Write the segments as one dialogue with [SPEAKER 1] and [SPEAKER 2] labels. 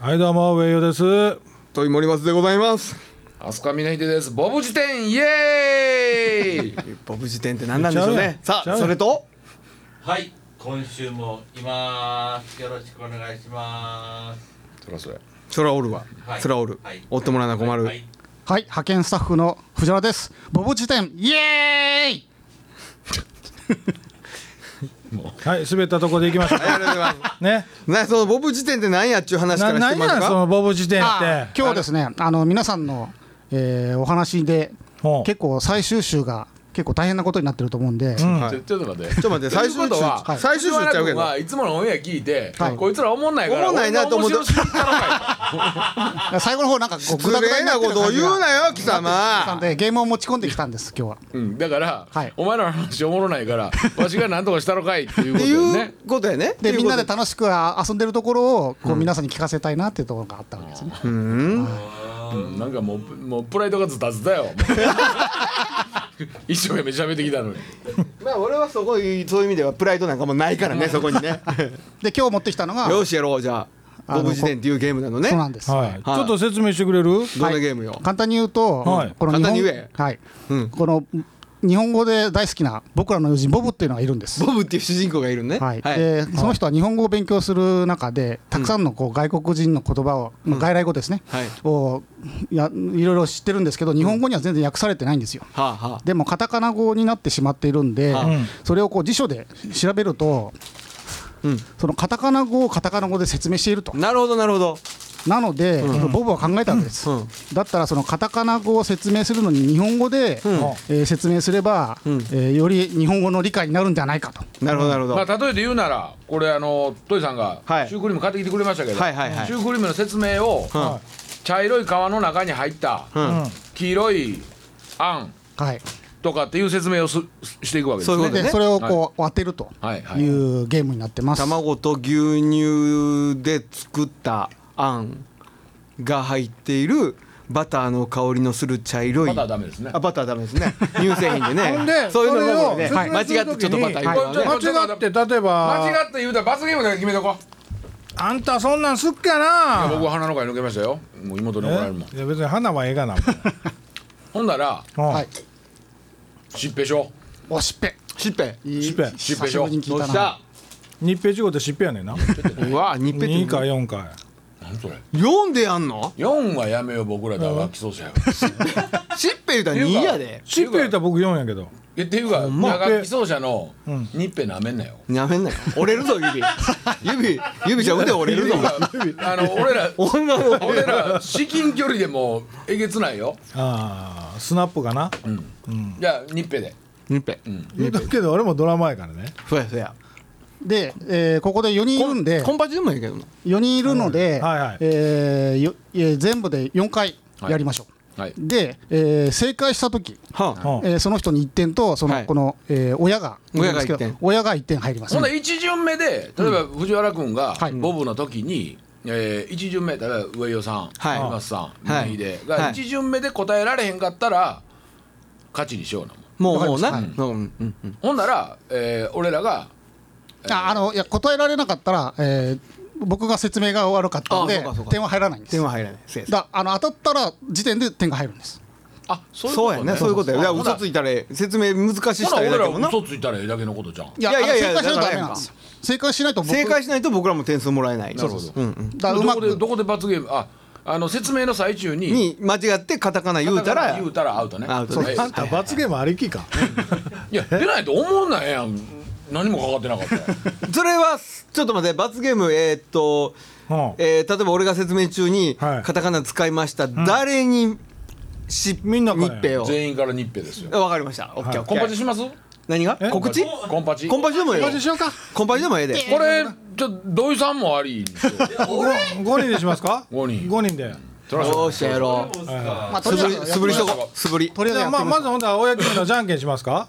[SPEAKER 1] はいどうも上与です
[SPEAKER 2] 問い森松でございます
[SPEAKER 3] 飛鳥峰秀ですボブ辞典イエーイ
[SPEAKER 2] ボブ辞典って何なんでしょうね
[SPEAKER 1] ちゃうや
[SPEAKER 2] さ
[SPEAKER 1] んちゃうや
[SPEAKER 2] あ
[SPEAKER 1] ん
[SPEAKER 2] それと
[SPEAKER 4] はい、今週もいます。よろしくお願いします。
[SPEAKER 3] そらそれ
[SPEAKER 2] そらおるわ
[SPEAKER 4] はい
[SPEAKER 2] そらおる
[SPEAKER 4] はい
[SPEAKER 2] 追ってもらわな困る
[SPEAKER 4] はい、
[SPEAKER 5] はい、派遣スタッフの藤原です。ボブ辞典、イエーイ。
[SPEAKER 1] はい滑ったとこでいきましょう
[SPEAKER 2] ありがとうございま
[SPEAKER 1] ね
[SPEAKER 2] すなそのボブ辞典って何やっちゅう話か
[SPEAKER 1] な
[SPEAKER 2] らし
[SPEAKER 1] な
[SPEAKER 2] て
[SPEAKER 1] ん
[SPEAKER 2] ます
[SPEAKER 1] なんそ
[SPEAKER 2] か
[SPEAKER 1] のボブ辞典
[SPEAKER 5] あ
[SPEAKER 1] って
[SPEAKER 5] 今日ですね、あの皆さんの、えーお話で
[SPEAKER 1] ほう
[SPEAKER 5] 結構最終週が結構大変なことになってると思うんで、
[SPEAKER 1] うん
[SPEAKER 3] ちょちょっと待って
[SPEAKER 2] ちょっと待って最終
[SPEAKER 3] ということは、
[SPEAKER 2] 週最終週っちゃうけ
[SPEAKER 3] 藤原君
[SPEAKER 2] ど
[SPEAKER 3] はいつものオンエア聞いて、
[SPEAKER 5] はい
[SPEAKER 3] こいつらおもんないから
[SPEAKER 2] おもんないなと思って
[SPEAKER 3] 俺が面白すぎたのか
[SPEAKER 5] 最後の方なんかこう
[SPEAKER 2] 失礼なことを言うなよ貴
[SPEAKER 5] なん
[SPEAKER 2] 様
[SPEAKER 5] でゲームを持ち込んできたんです今日は。
[SPEAKER 3] い、うん、だから、
[SPEAKER 5] はい
[SPEAKER 3] お前らの話おもろないからわしが何とかしたのかいっていう
[SPEAKER 2] っ
[SPEAKER 3] こ
[SPEAKER 2] て
[SPEAKER 3] とよ
[SPEAKER 2] いう
[SPEAKER 3] ね
[SPEAKER 2] ことやねっ
[SPEAKER 5] で
[SPEAKER 2] てい
[SPEAKER 5] み
[SPEAKER 2] うんこと
[SPEAKER 5] なで楽しく遊んでるところをこう皆さんに聞かせたいなっていうところがあったわけですね。
[SPEAKER 2] うん
[SPEAKER 3] うんなんかもうもうプライドがズタズタよ 一生懸命喋ってきたのに
[SPEAKER 2] まあ俺はそこそういう意味ではプライドなんかもないからねそこにね
[SPEAKER 5] で今日持ってきたのが
[SPEAKER 2] よしやろうじゃあ
[SPEAKER 5] あ
[SPEAKER 2] ボ
[SPEAKER 5] の
[SPEAKER 2] ブ辞典っていうゲームなのね
[SPEAKER 5] そうなんです。
[SPEAKER 1] はい、ちょっと説明してくれる
[SPEAKER 2] どんなゲームよ
[SPEAKER 5] 簡単に言うと、
[SPEAKER 1] はい
[SPEAKER 5] この日
[SPEAKER 2] 簡単に
[SPEAKER 5] 本
[SPEAKER 2] 言え
[SPEAKER 5] はい、
[SPEAKER 2] うん
[SPEAKER 5] この日本語で大好きな僕らの友人ボブっていうのがいるんです。
[SPEAKER 2] ボブっていう主人公がいるね
[SPEAKER 5] はい、
[SPEAKER 2] はい
[SPEAKER 5] でその人は日本語を勉強する中でたくさんのこう外国人の言葉を、まあ外来語ですね、
[SPEAKER 2] はい
[SPEAKER 5] をいやいろいろ知ってるんですけど日本語には全然訳されてないんですよ。
[SPEAKER 2] はあはあ
[SPEAKER 5] でもカタカナ語になってしまっているんで、
[SPEAKER 2] はあ
[SPEAKER 1] うん
[SPEAKER 5] それをこう辞書で調べると、
[SPEAKER 2] うん
[SPEAKER 5] そのカタカナ語をカタカナ語で説明していると
[SPEAKER 2] なるほどなるほど
[SPEAKER 5] なので、ボブは考えたわけです、
[SPEAKER 2] うん
[SPEAKER 5] だったらそのカタカナ語を説明するのに日本語で、
[SPEAKER 2] ん
[SPEAKER 5] えー説明すれば、
[SPEAKER 2] ん
[SPEAKER 5] えーより日本語の理解になるんじゃないかと
[SPEAKER 2] なるほどなるほど
[SPEAKER 3] まあ、例えて言うならこれあのトイさんが
[SPEAKER 2] はい
[SPEAKER 3] シュークリーム買ってきてくれましたけど、
[SPEAKER 2] はいはいはい
[SPEAKER 3] シュークリームの説明を、
[SPEAKER 2] は
[SPEAKER 3] 茶色い皮の中に入った
[SPEAKER 2] うん
[SPEAKER 1] うん
[SPEAKER 3] 黄色いあん
[SPEAKER 5] はい
[SPEAKER 3] とかっていう説明をすしていくわけですね。
[SPEAKER 2] そういうこと
[SPEAKER 5] で
[SPEAKER 2] ね
[SPEAKER 5] それをこう、当てると
[SPEAKER 3] はいはいい。
[SPEAKER 5] うゲームになってます、
[SPEAKER 2] 卵と牛乳で作ったあんが入っているバターの香りのする茶色い
[SPEAKER 3] まだダメですね
[SPEAKER 2] あ。バターダメですね 乳製品で
[SPEAKER 1] ほん
[SPEAKER 2] ね
[SPEAKER 1] で
[SPEAKER 2] そういうのもね
[SPEAKER 1] それを
[SPEAKER 2] はい間違ってちょっとバター入れ
[SPEAKER 3] はい
[SPEAKER 2] るね
[SPEAKER 3] は
[SPEAKER 1] 間違って例えば
[SPEAKER 3] 間違って言うたら罰ゲームだけ決めとこう。
[SPEAKER 1] あんたそんなんすっかな
[SPEAKER 3] 僕は鼻の中に抜けましたよ。もう妹に怒られるもん
[SPEAKER 1] え。いや別に花はええがなも
[SPEAKER 3] ほんなら
[SPEAKER 1] う
[SPEAKER 5] はい
[SPEAKER 3] 疾病症。
[SPEAKER 5] おしっぺ
[SPEAKER 2] しっぺ
[SPEAKER 5] いい
[SPEAKER 1] しっぺ
[SPEAKER 5] 久しぶりに聞
[SPEAKER 2] ど
[SPEAKER 5] いうた
[SPEAKER 2] し
[SPEAKER 5] な
[SPEAKER 2] た
[SPEAKER 1] うん日平地方って疾病やねんな
[SPEAKER 2] うわ日ぺ
[SPEAKER 1] 2
[SPEAKER 2] って
[SPEAKER 1] か4回
[SPEAKER 3] 何それ。
[SPEAKER 2] 4でやんの
[SPEAKER 3] 四はやめよう僕らでは楽器奏者やから。
[SPEAKER 2] しっぺ言うたら2やで
[SPEAKER 1] 疾病言ったら僕4やけど
[SPEAKER 3] えっていうか
[SPEAKER 1] ま
[SPEAKER 3] 打楽器奏者のニッペなめんなよ。
[SPEAKER 2] やめんなよ折れるぞ指指指じゃ腕折れ るぞ
[SPEAKER 3] あの俺ら
[SPEAKER 2] 女の子
[SPEAKER 3] 俺ら至近距離でもうえげつないよ。
[SPEAKER 1] ああスナップかな
[SPEAKER 3] じゃあニッペで。
[SPEAKER 2] 日ぺ
[SPEAKER 1] 言うたけど俺もドラマやからね
[SPEAKER 2] そうやそうや
[SPEAKER 5] で、えーここで4人いるんで
[SPEAKER 2] コンパチでもいいけどな
[SPEAKER 5] 4人いるので、
[SPEAKER 1] はいはい
[SPEAKER 5] えーよえー全部で4回やりましょう、
[SPEAKER 3] はい。
[SPEAKER 5] で、えー正解した時
[SPEAKER 2] はあ
[SPEAKER 1] うん
[SPEAKER 5] えーその人に1点とその、
[SPEAKER 2] はい
[SPEAKER 5] この、えー親が
[SPEAKER 2] 親が
[SPEAKER 5] ですけど
[SPEAKER 2] 一点
[SPEAKER 5] 親が1点入ります、
[SPEAKER 3] ほんなら一巡目で例えば藤原君が
[SPEAKER 5] はい
[SPEAKER 3] ボブの時に、えー、一巡目例えば上与さん、
[SPEAKER 2] はい
[SPEAKER 3] 今さん
[SPEAKER 2] はい
[SPEAKER 3] 峰秀
[SPEAKER 2] は
[SPEAKER 3] が
[SPEAKER 2] い
[SPEAKER 3] 一巡目で答えられへんかったら勝ちにしようなもん
[SPEAKER 2] もうもうな
[SPEAKER 5] わかり
[SPEAKER 2] うんうんうん
[SPEAKER 3] ほんなら、えー、俺らが
[SPEAKER 5] ああのいや答えられなかったら、えー僕が説明が悪かったの
[SPEAKER 2] あそ
[SPEAKER 5] で
[SPEAKER 2] うかそうか
[SPEAKER 5] 点は入らないんです
[SPEAKER 2] 点は入らないそうや
[SPEAKER 5] だあの当たったら時点で点が入るんです
[SPEAKER 3] あそういう
[SPEAKER 2] そ
[SPEAKER 3] こと
[SPEAKER 2] うやねそういうことやいや嘘つ
[SPEAKER 3] い
[SPEAKER 2] いたらええ説明難しいした
[SPEAKER 3] ほ
[SPEAKER 2] ら
[SPEAKER 3] な
[SPEAKER 2] ええだ
[SPEAKER 3] 俺
[SPEAKER 2] け
[SPEAKER 3] ら
[SPEAKER 2] どな
[SPEAKER 3] 嘘ついたらええだけのことじゃん
[SPEAKER 5] いや
[SPEAKER 2] いやいやいや
[SPEAKER 5] あの正解しな
[SPEAKER 2] だから
[SPEAKER 5] いとダメなんですよ正解しないと僕
[SPEAKER 2] 正解しないと僕らも点数もらえない
[SPEAKER 3] なるほど
[SPEAKER 2] うんうん
[SPEAKER 5] だからう
[SPEAKER 3] ど
[SPEAKER 5] ま
[SPEAKER 3] こで
[SPEAKER 5] く
[SPEAKER 3] どこで罰ゲームああの説明の最中に
[SPEAKER 2] に間違ってカタカナ言うたら
[SPEAKER 3] 言うたらアウトね
[SPEAKER 2] アウトね
[SPEAKER 3] え
[SPEAKER 1] あんた罰ゲームありきか
[SPEAKER 3] いや出ないと思んないやん何もかかってなかった よ
[SPEAKER 2] それはちょっと待って罰ゲームえーっと、
[SPEAKER 1] うん
[SPEAKER 2] えー例えば俺が説明中に
[SPEAKER 1] はい
[SPEAKER 2] カタカナ使いました、誰にし
[SPEAKER 1] みんなから
[SPEAKER 2] 日
[SPEAKER 1] や
[SPEAKER 2] 平を
[SPEAKER 3] 全員からニッペですよ
[SPEAKER 2] わかりましたオッケーオッケ
[SPEAKER 3] コン
[SPEAKER 2] ー
[SPEAKER 3] パチします
[SPEAKER 2] 何が
[SPEAKER 1] え
[SPEAKER 2] 告知
[SPEAKER 3] コンパチ
[SPEAKER 2] コンパチでもええよ
[SPEAKER 1] これでしょうか
[SPEAKER 2] コンパチでもええで
[SPEAKER 3] これちょっと土井さんもありですよ
[SPEAKER 1] 5人でしますか
[SPEAKER 3] 五人
[SPEAKER 1] 五人で
[SPEAKER 3] そら
[SPEAKER 2] よ
[SPEAKER 3] そ
[SPEAKER 2] ーしやろう
[SPEAKER 5] まあと
[SPEAKER 2] 素振
[SPEAKER 5] りあ
[SPEAKER 2] り
[SPEAKER 5] えず
[SPEAKER 2] 素振りしと
[SPEAKER 5] やって
[SPEAKER 2] こう素振り
[SPEAKER 5] とりあえず
[SPEAKER 1] じゃ
[SPEAKER 5] や
[SPEAKER 1] あま
[SPEAKER 5] って
[SPEAKER 1] あ
[SPEAKER 5] みま
[SPEAKER 1] ますずほんとは親決めのじゃんけんしますか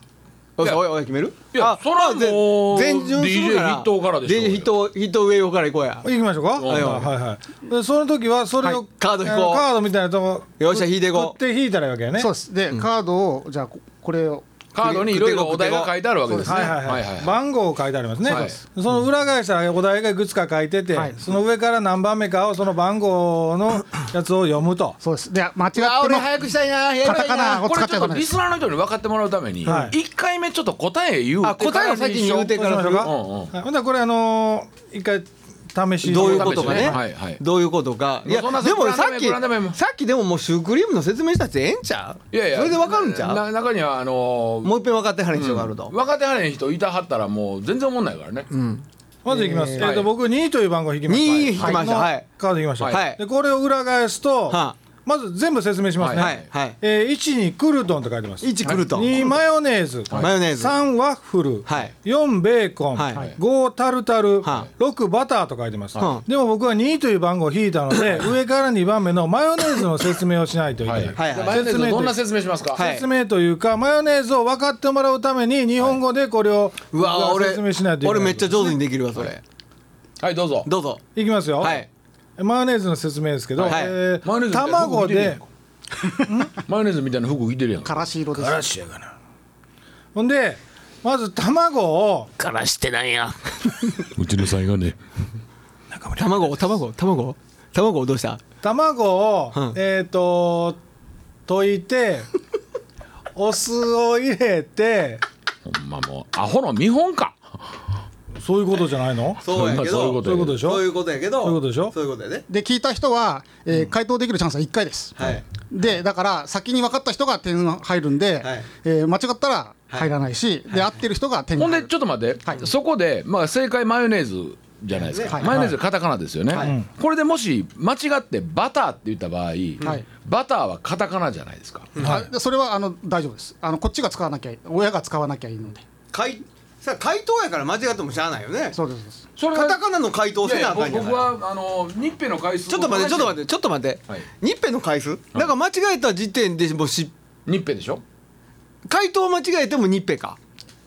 [SPEAKER 2] おい
[SPEAKER 3] いや
[SPEAKER 2] おいおい決める
[SPEAKER 3] いやそらもう
[SPEAKER 2] ぜ前順する
[SPEAKER 3] DJ 筆頭からでしょ
[SPEAKER 2] DJ 筆頭筆頭上用から行こうや
[SPEAKER 1] 行きましょうかはいいはいはいでその時はそれを、
[SPEAKER 2] はいカード引こう
[SPEAKER 1] あのカードみたいなとこ
[SPEAKER 2] よっしゃ引いていこう
[SPEAKER 1] 振って引いたらいいわけやね
[SPEAKER 5] そうですで、カードをじゃあここれを
[SPEAKER 3] カードにいろいろお題が書いてあるわけですね
[SPEAKER 1] はいはいはい、
[SPEAKER 3] はい
[SPEAKER 1] 番号を書いてありますね、
[SPEAKER 3] はい
[SPEAKER 1] その裏返したらお題がいくつか書いてて、
[SPEAKER 5] はい
[SPEAKER 1] その上から何番目かをその番号のやつを読むと
[SPEAKER 5] そうです。で、間違って
[SPEAKER 3] いや俺
[SPEAKER 5] も
[SPEAKER 3] 早くしたいなやばいな
[SPEAKER 5] カタカナを
[SPEAKER 3] こ
[SPEAKER 5] 使
[SPEAKER 3] れ
[SPEAKER 5] っち
[SPEAKER 3] ち
[SPEAKER 5] ゃ
[SPEAKER 3] ょっと
[SPEAKER 5] ダメ
[SPEAKER 3] リ
[SPEAKER 5] です
[SPEAKER 3] スナーの人に分かってもらうために
[SPEAKER 1] はい
[SPEAKER 3] 一回目ちょっと答え言うて
[SPEAKER 2] あ答えを先に言うて
[SPEAKER 1] そうしましょうか、
[SPEAKER 3] うんうん
[SPEAKER 1] はいほんならこれあのー一回試し
[SPEAKER 2] どういうことかね、
[SPEAKER 3] はいはい
[SPEAKER 2] どういうことかいや
[SPEAKER 3] そんな
[SPEAKER 2] でもさっ
[SPEAKER 3] ブランド名ブランド名も
[SPEAKER 2] きさっきでももうシュークリームの説明したってええんちゃう
[SPEAKER 3] いやいや
[SPEAKER 2] それでわかるんちゃう
[SPEAKER 3] な中にはあのー
[SPEAKER 2] もう一遍分かってはる人があると、
[SPEAKER 3] 分かってはれへん人いたはったらもう全然思んないからね
[SPEAKER 1] まずいきます、え
[SPEAKER 2] え
[SPEAKER 1] っ
[SPEAKER 3] ー
[SPEAKER 1] と僕2位という番号を引きました
[SPEAKER 2] 二位引きました
[SPEAKER 1] の
[SPEAKER 2] はい
[SPEAKER 1] カード引きました、
[SPEAKER 2] はい
[SPEAKER 1] でこれを裏返すと、
[SPEAKER 2] は
[SPEAKER 1] まず全部説明しますね、
[SPEAKER 2] はいはい
[SPEAKER 1] えー1にクルトンって書いてます
[SPEAKER 2] 1クルトン、
[SPEAKER 1] 2マヨネーズ、
[SPEAKER 2] マヨネーズ
[SPEAKER 1] 3ワッフル、
[SPEAKER 2] はい
[SPEAKER 1] 4ベーコン、
[SPEAKER 2] はい
[SPEAKER 1] 5タルタル、
[SPEAKER 2] は
[SPEAKER 1] 6バターと書いてます、
[SPEAKER 2] はい
[SPEAKER 1] でも僕は2という番号を引いたので上から2番目のマヨネーズの説明をしないといけない、
[SPEAKER 2] はいはい
[SPEAKER 3] マヨネーズどんな説明しますか
[SPEAKER 2] はい
[SPEAKER 1] 説明というかマヨネーズを分かってもらうために日本語でこれを
[SPEAKER 2] うわ
[SPEAKER 1] 僕が
[SPEAKER 2] 俺
[SPEAKER 1] 説明しないといけない
[SPEAKER 2] 俺めっちゃ上手にできるわそれ
[SPEAKER 3] はいどうぞ
[SPEAKER 2] どうぞ
[SPEAKER 1] いきますよ、
[SPEAKER 2] はい
[SPEAKER 1] マヨネーズの説明ですけど、
[SPEAKER 2] はい
[SPEAKER 1] えー
[SPEAKER 3] マヨネーズ
[SPEAKER 1] 卵で
[SPEAKER 3] マヨネーズみたいな服着てるやんか
[SPEAKER 5] からし色です。
[SPEAKER 1] しやがなほんでまず卵を
[SPEAKER 2] からしてなんや
[SPEAKER 3] うちのさんがね
[SPEAKER 2] 卵卵卵卵どうした
[SPEAKER 1] 卵を、
[SPEAKER 2] うん
[SPEAKER 1] えっ、と溶い てお酢を入れて
[SPEAKER 3] ほんまもうアホの見本か
[SPEAKER 1] そういうことじゃないの
[SPEAKER 2] そうやけど、
[SPEAKER 3] ほんま
[SPEAKER 1] そういうことでしょ
[SPEAKER 2] そういうことやけど
[SPEAKER 1] そういうことでしょ
[SPEAKER 2] そういうことやね
[SPEAKER 5] で、聞いた人は、えー回答できるチャンスは1回です。
[SPEAKER 2] はい
[SPEAKER 5] で、だから、先に分かった人が点が入るんで
[SPEAKER 2] はい、
[SPEAKER 5] えー間違ったら入らないし、で、合ってる人が点が
[SPEAKER 3] ほん
[SPEAKER 5] 入
[SPEAKER 3] で
[SPEAKER 5] る
[SPEAKER 3] ち。ょっと待って、
[SPEAKER 5] はい
[SPEAKER 3] そこで、まあ、正解マヨネーズじゃないですか、
[SPEAKER 5] はい
[SPEAKER 3] マヨネーズカタカナですよね、
[SPEAKER 2] はい
[SPEAKER 3] これでもし間違ってバターって言った場合、
[SPEAKER 5] い
[SPEAKER 3] バターはカタカナじゃないですか、
[SPEAKER 5] あでそれはあの大丈夫ですあのこっちが使わなきゃいい親が使わなきゃいいので
[SPEAKER 2] かいさあ回答やから間違ってもしゃあないよね
[SPEAKER 5] そうですそうです
[SPEAKER 3] それ
[SPEAKER 2] カタカナの回答
[SPEAKER 3] いや
[SPEAKER 2] せ
[SPEAKER 3] い
[SPEAKER 2] な
[SPEAKER 3] や
[SPEAKER 2] あかんや
[SPEAKER 3] 僕はあの日ペの回数
[SPEAKER 2] ちょっと待ってちょっと待っててちょっと待って、
[SPEAKER 3] はい
[SPEAKER 2] 日ペの回数だから間違えた時点でもうし
[SPEAKER 3] 日ペでしょ、
[SPEAKER 2] 回答間違えても日ペか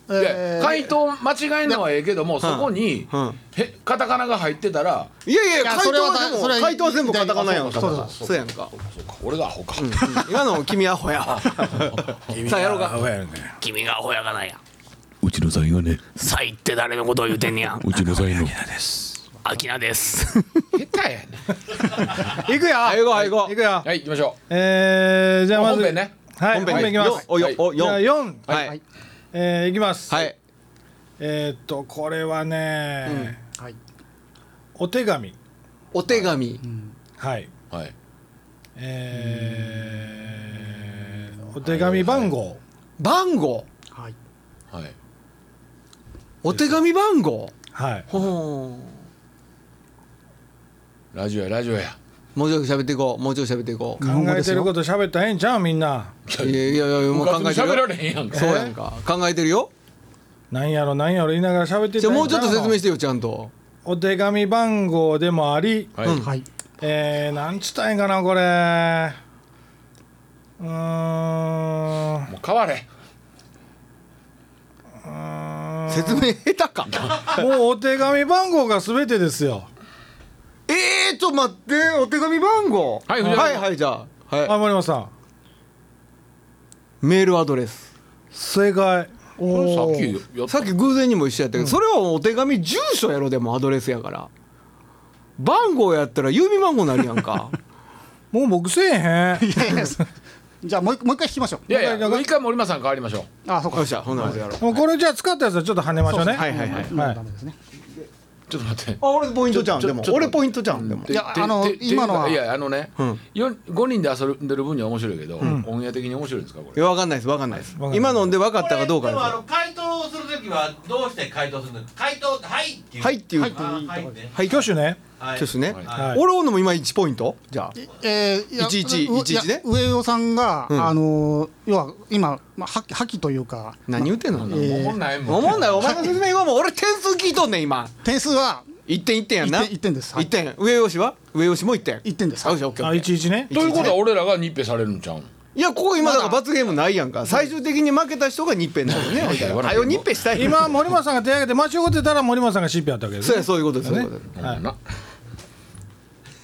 [SPEAKER 3] いや
[SPEAKER 5] えー
[SPEAKER 3] 回答間違えるのはええけどもそこに、
[SPEAKER 2] うん
[SPEAKER 3] へカタカナが入ってたら
[SPEAKER 2] いやいや
[SPEAKER 5] いや
[SPEAKER 2] 回
[SPEAKER 5] それ
[SPEAKER 2] 答
[SPEAKER 5] は
[SPEAKER 2] はで
[SPEAKER 5] それ
[SPEAKER 2] も
[SPEAKER 5] は
[SPEAKER 2] 回答は全部カタカナやんか
[SPEAKER 5] そうそう
[SPEAKER 2] そうやんか
[SPEAKER 3] そうか俺がアホか、
[SPEAKER 2] 今の君アホやさあやろうか
[SPEAKER 6] 君がほやがなんや
[SPEAKER 3] うちのさんがね
[SPEAKER 6] サイって誰のことを言うてんねや
[SPEAKER 3] うちのさんの
[SPEAKER 6] アキナです
[SPEAKER 3] 下手やね
[SPEAKER 1] いくよ
[SPEAKER 2] はい行こうはい行こう
[SPEAKER 1] いくよ
[SPEAKER 3] はい行きましょ
[SPEAKER 1] えー、じゃあまず
[SPEAKER 3] 本編ね
[SPEAKER 1] はい本編いきます
[SPEAKER 2] よおよお
[SPEAKER 1] じゃあ
[SPEAKER 2] よ
[SPEAKER 1] 4、
[SPEAKER 2] はい
[SPEAKER 5] はい
[SPEAKER 1] えーいきます、
[SPEAKER 2] はい
[SPEAKER 1] えーっとこれはね、
[SPEAKER 5] はい
[SPEAKER 1] お手紙
[SPEAKER 2] お手紙
[SPEAKER 1] はいう
[SPEAKER 3] はい
[SPEAKER 1] えー、お手紙番号、
[SPEAKER 2] 番号
[SPEAKER 5] はい
[SPEAKER 3] はい
[SPEAKER 2] お手紙番号
[SPEAKER 1] はい
[SPEAKER 2] ほー
[SPEAKER 3] ラジオやラジオや
[SPEAKER 2] もうちょい喋っていこうもうちょい喋っていこう
[SPEAKER 5] 日本語
[SPEAKER 1] 考え
[SPEAKER 5] で
[SPEAKER 1] て
[SPEAKER 5] す
[SPEAKER 1] る
[SPEAKER 5] よ
[SPEAKER 1] こと喋ったらええんちゃうみんない
[SPEAKER 2] やいやいやもう
[SPEAKER 3] 部活
[SPEAKER 2] 考
[SPEAKER 3] に
[SPEAKER 2] えてる
[SPEAKER 3] 喋ら
[SPEAKER 2] よ
[SPEAKER 3] れへんやんか
[SPEAKER 2] そうやんか考えてるよ
[SPEAKER 1] なんやろなんやろ言いながら喋って
[SPEAKER 2] じ
[SPEAKER 1] た
[SPEAKER 2] ゃあ
[SPEAKER 1] らええ
[SPEAKER 2] も
[SPEAKER 1] ん
[SPEAKER 2] う
[SPEAKER 1] ち
[SPEAKER 2] ちょ
[SPEAKER 1] ゃ
[SPEAKER 2] っ
[SPEAKER 1] の
[SPEAKER 2] と説明してよちゃんと
[SPEAKER 1] お手紙番号でもあり
[SPEAKER 3] はい、
[SPEAKER 2] うん
[SPEAKER 5] はい
[SPEAKER 1] えー、なんつったらええんかなこれうーん
[SPEAKER 3] もう変われ
[SPEAKER 2] 説明下手か
[SPEAKER 1] もうお手紙番号が全てですよ
[SPEAKER 2] えーと待ってお手紙番号
[SPEAKER 3] はい藤原
[SPEAKER 2] はいはいじゃあはい
[SPEAKER 1] あ森本さん
[SPEAKER 2] メールアドレス
[SPEAKER 1] 正解
[SPEAKER 3] これさ
[SPEAKER 1] お
[SPEAKER 3] っ
[SPEAKER 1] ー
[SPEAKER 3] きやった
[SPEAKER 2] さっき偶然にも一緒やったけど、それはお手紙住所やろでもアドレスやから番号やったら郵便番号になるやん か
[SPEAKER 1] もう僕せ えへん
[SPEAKER 5] じゃあもう一もう一回引きましょう
[SPEAKER 3] いやいやもう一回森間さん変わりましょう
[SPEAKER 5] あそう
[SPEAKER 2] よ
[SPEAKER 5] か
[SPEAKER 2] っしゃほんならやろう
[SPEAKER 1] もうこれじゃあ使ったやつはちょっと跳ねましょうね
[SPEAKER 2] はいはいはい
[SPEAKER 5] もうダメですね
[SPEAKER 3] ちょっと待って
[SPEAKER 2] あ俺ポイントじゃん
[SPEAKER 3] ちょ
[SPEAKER 2] でも
[SPEAKER 3] ちょっと
[SPEAKER 2] 俺ポイントじゃんでも
[SPEAKER 5] いや
[SPEAKER 3] て
[SPEAKER 5] あの
[SPEAKER 3] てて
[SPEAKER 5] 今のは
[SPEAKER 3] ていうかいやあのね、
[SPEAKER 2] うん
[SPEAKER 3] よ5人で遊んでる分には面白いけど、オンエア的に面白いんですかこ
[SPEAKER 2] い
[SPEAKER 3] れ
[SPEAKER 2] や分かんないです分かんないです
[SPEAKER 1] かんない
[SPEAKER 2] 今のんで分かったかどうか
[SPEAKER 4] で
[SPEAKER 2] です
[SPEAKER 4] もあの回答するときはどうして回答するの回答はいっていう
[SPEAKER 2] はいっていう
[SPEAKER 4] あはいね
[SPEAKER 2] はい
[SPEAKER 1] 挙手ね
[SPEAKER 4] はい
[SPEAKER 2] 挙手ね、
[SPEAKER 1] はい
[SPEAKER 2] 俺おんのも今1ポイントじゃあ
[SPEAKER 5] えーいや
[SPEAKER 2] 11
[SPEAKER 5] う
[SPEAKER 2] 11ね
[SPEAKER 5] いや上尾さんが
[SPEAKER 2] うん
[SPEAKER 5] あの要は今まあ破棄破棄というか
[SPEAKER 2] 何言うてんの
[SPEAKER 5] えー
[SPEAKER 3] もうないもん
[SPEAKER 2] 思んないお前の説明はもう俺点数聞いとんねん今
[SPEAKER 5] 点数は
[SPEAKER 2] 1点1点やんな
[SPEAKER 5] 一点一点ですはい
[SPEAKER 2] 一点上吉は上吉も1点
[SPEAKER 5] 一点です
[SPEAKER 2] あよしオッケー
[SPEAKER 1] あ
[SPEAKER 2] オッケー
[SPEAKER 1] 11ね
[SPEAKER 3] ということは俺らが日平されるんちゃうん
[SPEAKER 2] いやここ今だから罰ゲームないやんか最終的に負けた人が日平になるね
[SPEAKER 3] いや
[SPEAKER 2] はよ日平したい
[SPEAKER 1] 今森本さんが手挙げて間違ってたら森本さんが CP やったわけです
[SPEAKER 2] そう
[SPEAKER 1] ね
[SPEAKER 2] やそういうことですそういうことです
[SPEAKER 3] ほんまな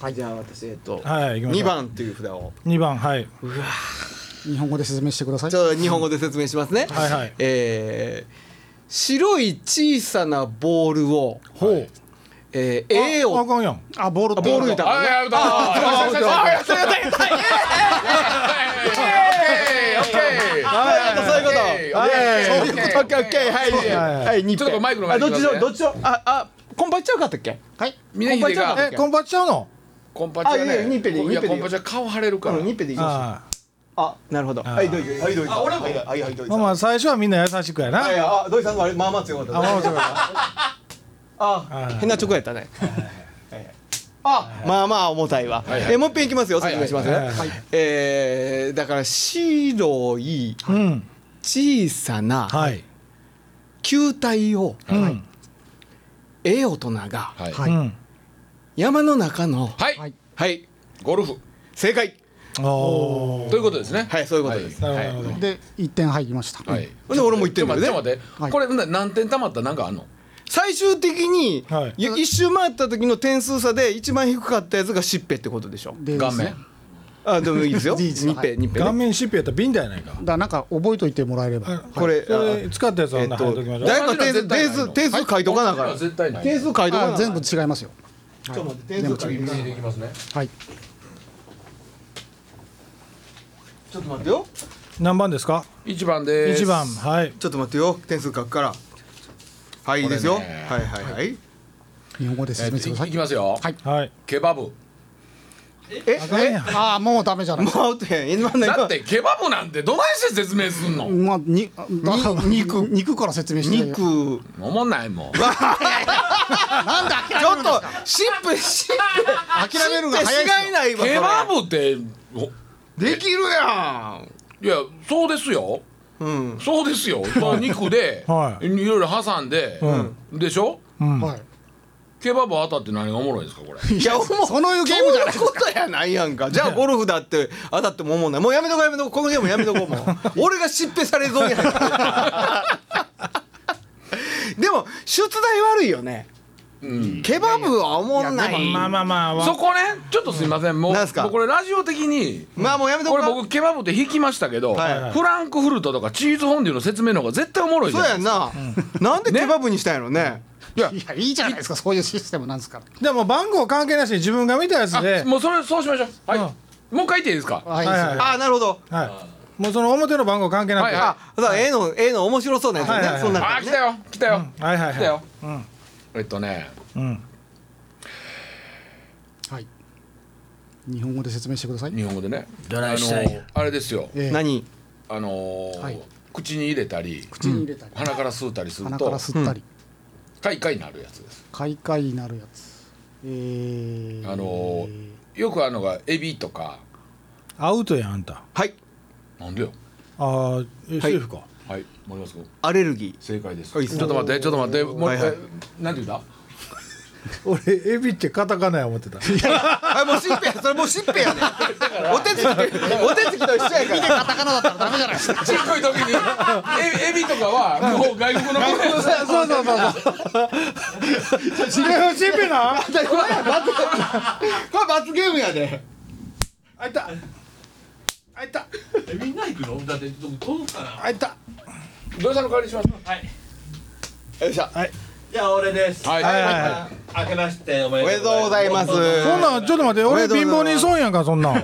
[SPEAKER 2] はいじゃあ私えっと
[SPEAKER 1] はい行きましょう
[SPEAKER 2] 2番っていう札を
[SPEAKER 1] 2番はい
[SPEAKER 5] 日本語で説明してください
[SPEAKER 2] ちょっと日本語で説明しますね。
[SPEAKER 1] はいはい
[SPEAKER 2] えー白い小さなボールを、
[SPEAKER 1] ほう
[SPEAKER 2] えー、A
[SPEAKER 1] ああ
[SPEAKER 2] を
[SPEAKER 1] かんやん
[SPEAKER 5] あボールって
[SPEAKER 2] ボールいた
[SPEAKER 3] あやったあやったあやったあや
[SPEAKER 2] そういうこと
[SPEAKER 3] ったそういうこと
[SPEAKER 2] オッケーオッケーはい
[SPEAKER 1] はい
[SPEAKER 2] はい日
[SPEAKER 3] ちょっとマイクの前
[SPEAKER 2] あ
[SPEAKER 3] に
[SPEAKER 2] どっちしよ
[SPEAKER 3] 行
[SPEAKER 2] う
[SPEAKER 3] きますね
[SPEAKER 2] どっちしようああコンパイちゃうかったっけ
[SPEAKER 5] はい
[SPEAKER 3] 峰秀が
[SPEAKER 1] えコンパちゃうの
[SPEAKER 3] コンパチは
[SPEAKER 2] あいやいやニッペリ
[SPEAKER 3] ねいや
[SPEAKER 2] ニッペリ
[SPEAKER 3] コンパチは顔腫れるから
[SPEAKER 2] うんニッペでいきましょう
[SPEAKER 1] あ
[SPEAKER 2] あなるほど
[SPEAKER 1] あー
[SPEAKER 2] はいどうぞはいどうぞあ俺もはいはいはいどう
[SPEAKER 1] あまあまあ最初はみんな優しくやな
[SPEAKER 2] はいあどうぞあれまあまあ強かった
[SPEAKER 1] あまあそうか
[SPEAKER 2] あ
[SPEAKER 1] はい
[SPEAKER 2] 変なチョコやったねあまあまあ重たいわ
[SPEAKER 3] はいはい
[SPEAKER 2] えもう一遍いきますよ説明しますね
[SPEAKER 1] はいはい
[SPEAKER 2] はいえーだから白い
[SPEAKER 1] うん
[SPEAKER 2] 小さな
[SPEAKER 1] はい
[SPEAKER 2] 球体を
[SPEAKER 1] うん
[SPEAKER 2] ええ大人が
[SPEAKER 3] はい
[SPEAKER 5] は
[SPEAKER 1] う
[SPEAKER 5] い
[SPEAKER 1] ん
[SPEAKER 2] 山の中の
[SPEAKER 3] はい
[SPEAKER 2] はい
[SPEAKER 3] ゴルフ
[SPEAKER 2] 正解
[SPEAKER 1] おお
[SPEAKER 3] ということですね
[SPEAKER 2] はいそういうことです
[SPEAKER 1] なるほどなるほ
[SPEAKER 5] で1点入りました、
[SPEAKER 3] はい
[SPEAKER 2] ほんで俺も言ってるんだよね
[SPEAKER 3] ちょっと待ってちょっと
[SPEAKER 5] はい
[SPEAKER 3] 待ってこれな何点たまったなんかあんの
[SPEAKER 2] 最終的に、
[SPEAKER 1] はい
[SPEAKER 2] い一周回った時の点数差で一番低かったやつがしっぺってことでしょ
[SPEAKER 5] で
[SPEAKER 3] 顔
[SPEAKER 5] ですね
[SPEAKER 3] 面
[SPEAKER 2] あでもいいですよ
[SPEAKER 5] 事実
[SPEAKER 2] に
[SPEAKER 5] は
[SPEAKER 2] っぺにっぺ
[SPEAKER 1] ど顔面シップやったら瓶だやないか
[SPEAKER 5] だからなんか覚えといてもらえれば、
[SPEAKER 2] これ
[SPEAKER 1] それ使ったやつは
[SPEAKER 2] え
[SPEAKER 1] ほんな
[SPEAKER 2] っと
[SPEAKER 1] ら貼っときましょう
[SPEAKER 2] 誰か点数
[SPEAKER 3] 絶対
[SPEAKER 2] 点
[SPEAKER 3] ないの
[SPEAKER 2] 数点数書いとかなあか
[SPEAKER 3] これは
[SPEAKER 2] ら
[SPEAKER 3] 絶対ない
[SPEAKER 2] 点数書いとかなあ
[SPEAKER 5] あ
[SPEAKER 2] かん
[SPEAKER 5] 全部違いますよ
[SPEAKER 2] ちょっと待って点数書いとかなあかん
[SPEAKER 3] いきますね
[SPEAKER 5] はい
[SPEAKER 2] ちょっと待ってよ
[SPEAKER 1] 何番ですか
[SPEAKER 3] 一番です
[SPEAKER 1] 一番はい
[SPEAKER 2] ちょっと待ってよ点数書くからはいいいですよ、
[SPEAKER 3] これね
[SPEAKER 2] はいはいはい
[SPEAKER 5] 日本語で
[SPEAKER 3] え
[SPEAKER 5] 説明してく
[SPEAKER 3] ー
[SPEAKER 5] ださ
[SPEAKER 3] い
[SPEAKER 5] い、
[SPEAKER 3] きますよ
[SPEAKER 5] はい
[SPEAKER 1] はい
[SPEAKER 3] ケバブ
[SPEAKER 2] え
[SPEAKER 1] あかんやん
[SPEAKER 5] ああもうダメじゃない
[SPEAKER 2] もうって今の
[SPEAKER 3] だってケバブなんてどないして説明すんの
[SPEAKER 5] まあにに肉肉から説明して
[SPEAKER 2] 肉
[SPEAKER 3] おもんないもん
[SPEAKER 5] なんで
[SPEAKER 2] ちょっとしっぺしっぺ
[SPEAKER 5] 諦めるのが早い
[SPEAKER 2] しっぺしがいないわそれ
[SPEAKER 3] ケバブってお
[SPEAKER 2] できるやん
[SPEAKER 3] いやそうですよ
[SPEAKER 2] うん
[SPEAKER 3] そうですよ、まあ、肉で、、
[SPEAKER 1] はい
[SPEAKER 3] ろいろ挟んで、でしょ
[SPEAKER 1] うん
[SPEAKER 5] はい
[SPEAKER 3] ケバブ当たって何がおもろいですかこれ
[SPEAKER 2] いや、おも
[SPEAKER 5] そのゲームじゃないです
[SPEAKER 2] そういうことやないやんか。じゃあ、ゴルフだって、当たっても思うない。もうやめとこうやめとこう。このゲームやめとこうもう。俺が失敗されそうやん。でも、出題悪いよね。 ケバブはおもんない。
[SPEAKER 1] まあまあまあわ
[SPEAKER 3] そこねちょっとすいませんもう
[SPEAKER 2] なんすか
[SPEAKER 3] もうこれラジオ的に
[SPEAKER 2] まあもうやめとこ
[SPEAKER 3] こ
[SPEAKER 2] う
[SPEAKER 3] れ
[SPEAKER 2] か
[SPEAKER 3] 僕ケバブって引きましたけど、
[SPEAKER 2] はいはい
[SPEAKER 3] フランクフルトとかチーズフォンデュの説明の方が絶対おもろいじゃ
[SPEAKER 2] そ
[SPEAKER 3] ん
[SPEAKER 2] うやんな。なんでケバブにしたんやろね。
[SPEAKER 5] いやいいじゃないですかそういうシステムなんですか
[SPEAKER 1] でも番号関係なしに自分が見たやつで
[SPEAKER 3] あもうそれそうしましょうはい、もう一回言っていいですから
[SPEAKER 5] は
[SPEAKER 1] はい
[SPEAKER 5] い
[SPEAKER 2] ああ、なるほど。
[SPEAKER 1] はいもうその表の番号関係なく
[SPEAKER 3] はいは
[SPEAKER 2] あ、さあ、A の、A の面白そうなやつ
[SPEAKER 1] はいはいは
[SPEAKER 2] ね。
[SPEAKER 1] い
[SPEAKER 2] そんな
[SPEAKER 3] あ
[SPEAKER 2] 感
[SPEAKER 3] ー
[SPEAKER 2] じね
[SPEAKER 3] 来たよ来たよ、
[SPEAKER 1] はいはい
[SPEAKER 3] 来た
[SPEAKER 1] は
[SPEAKER 3] よ
[SPEAKER 1] い、うん
[SPEAKER 3] えっとね
[SPEAKER 1] うん
[SPEAKER 5] はい日本語で説明してください
[SPEAKER 3] 日本語でね
[SPEAKER 6] どないしたんや
[SPEAKER 3] あのあれですよ
[SPEAKER 5] ええ
[SPEAKER 2] 何
[SPEAKER 3] あのー
[SPEAKER 5] はい
[SPEAKER 3] 口に入れたり
[SPEAKER 5] 口に入れたり
[SPEAKER 3] 鼻から吸うたりする
[SPEAKER 5] 鼻か
[SPEAKER 3] と
[SPEAKER 5] ら吸ったり
[SPEAKER 3] カイカイなるやつです
[SPEAKER 5] 快快になるやつえー
[SPEAKER 3] あのーよくあるのがエビとか
[SPEAKER 1] アウトやんあんた
[SPEAKER 2] はい。
[SPEAKER 3] なんでよ
[SPEAKER 1] あーえセーフか
[SPEAKER 3] はい森松君
[SPEAKER 2] アレルギ
[SPEAKER 3] 正解です
[SPEAKER 2] あい
[SPEAKER 3] ち
[SPEAKER 2] い
[SPEAKER 3] ょ
[SPEAKER 2] っす
[SPEAKER 3] っ
[SPEAKER 2] ね
[SPEAKER 3] と待ってちょっと待ってもう
[SPEAKER 2] はい
[SPEAKER 3] 一
[SPEAKER 2] はい
[SPEAKER 3] 回なんて言うんだ
[SPEAKER 1] 俺エビってカタカナや思ってた
[SPEAKER 2] ー。あ、もうしっぺや。それもうしっぺやね。お手つき、お手つきと一緒やから。
[SPEAKER 3] ちっこい時にエエビとかはもう外国のもので
[SPEAKER 1] そう
[SPEAKER 3] す
[SPEAKER 1] そうそうそう。違う、シンペ な。
[SPEAKER 2] これ罰ゲームやで。
[SPEAKER 1] あいた。あいた。
[SPEAKER 4] えみんな行くのだってどこかな
[SPEAKER 1] あいた。
[SPEAKER 3] どうしたの代わりにします
[SPEAKER 4] はい
[SPEAKER 2] よいしょ。
[SPEAKER 4] じゃあ俺です
[SPEAKER 3] はい
[SPEAKER 1] はい
[SPEAKER 3] はい
[SPEAKER 1] はいは
[SPEAKER 4] 明けましておめ
[SPEAKER 2] おめでとうございます。
[SPEAKER 1] そんなん、ちょっと待って、俺
[SPEAKER 2] おめで
[SPEAKER 1] 貧
[SPEAKER 2] とう
[SPEAKER 1] 乏
[SPEAKER 2] ございます
[SPEAKER 1] に損やんか、 そんなん。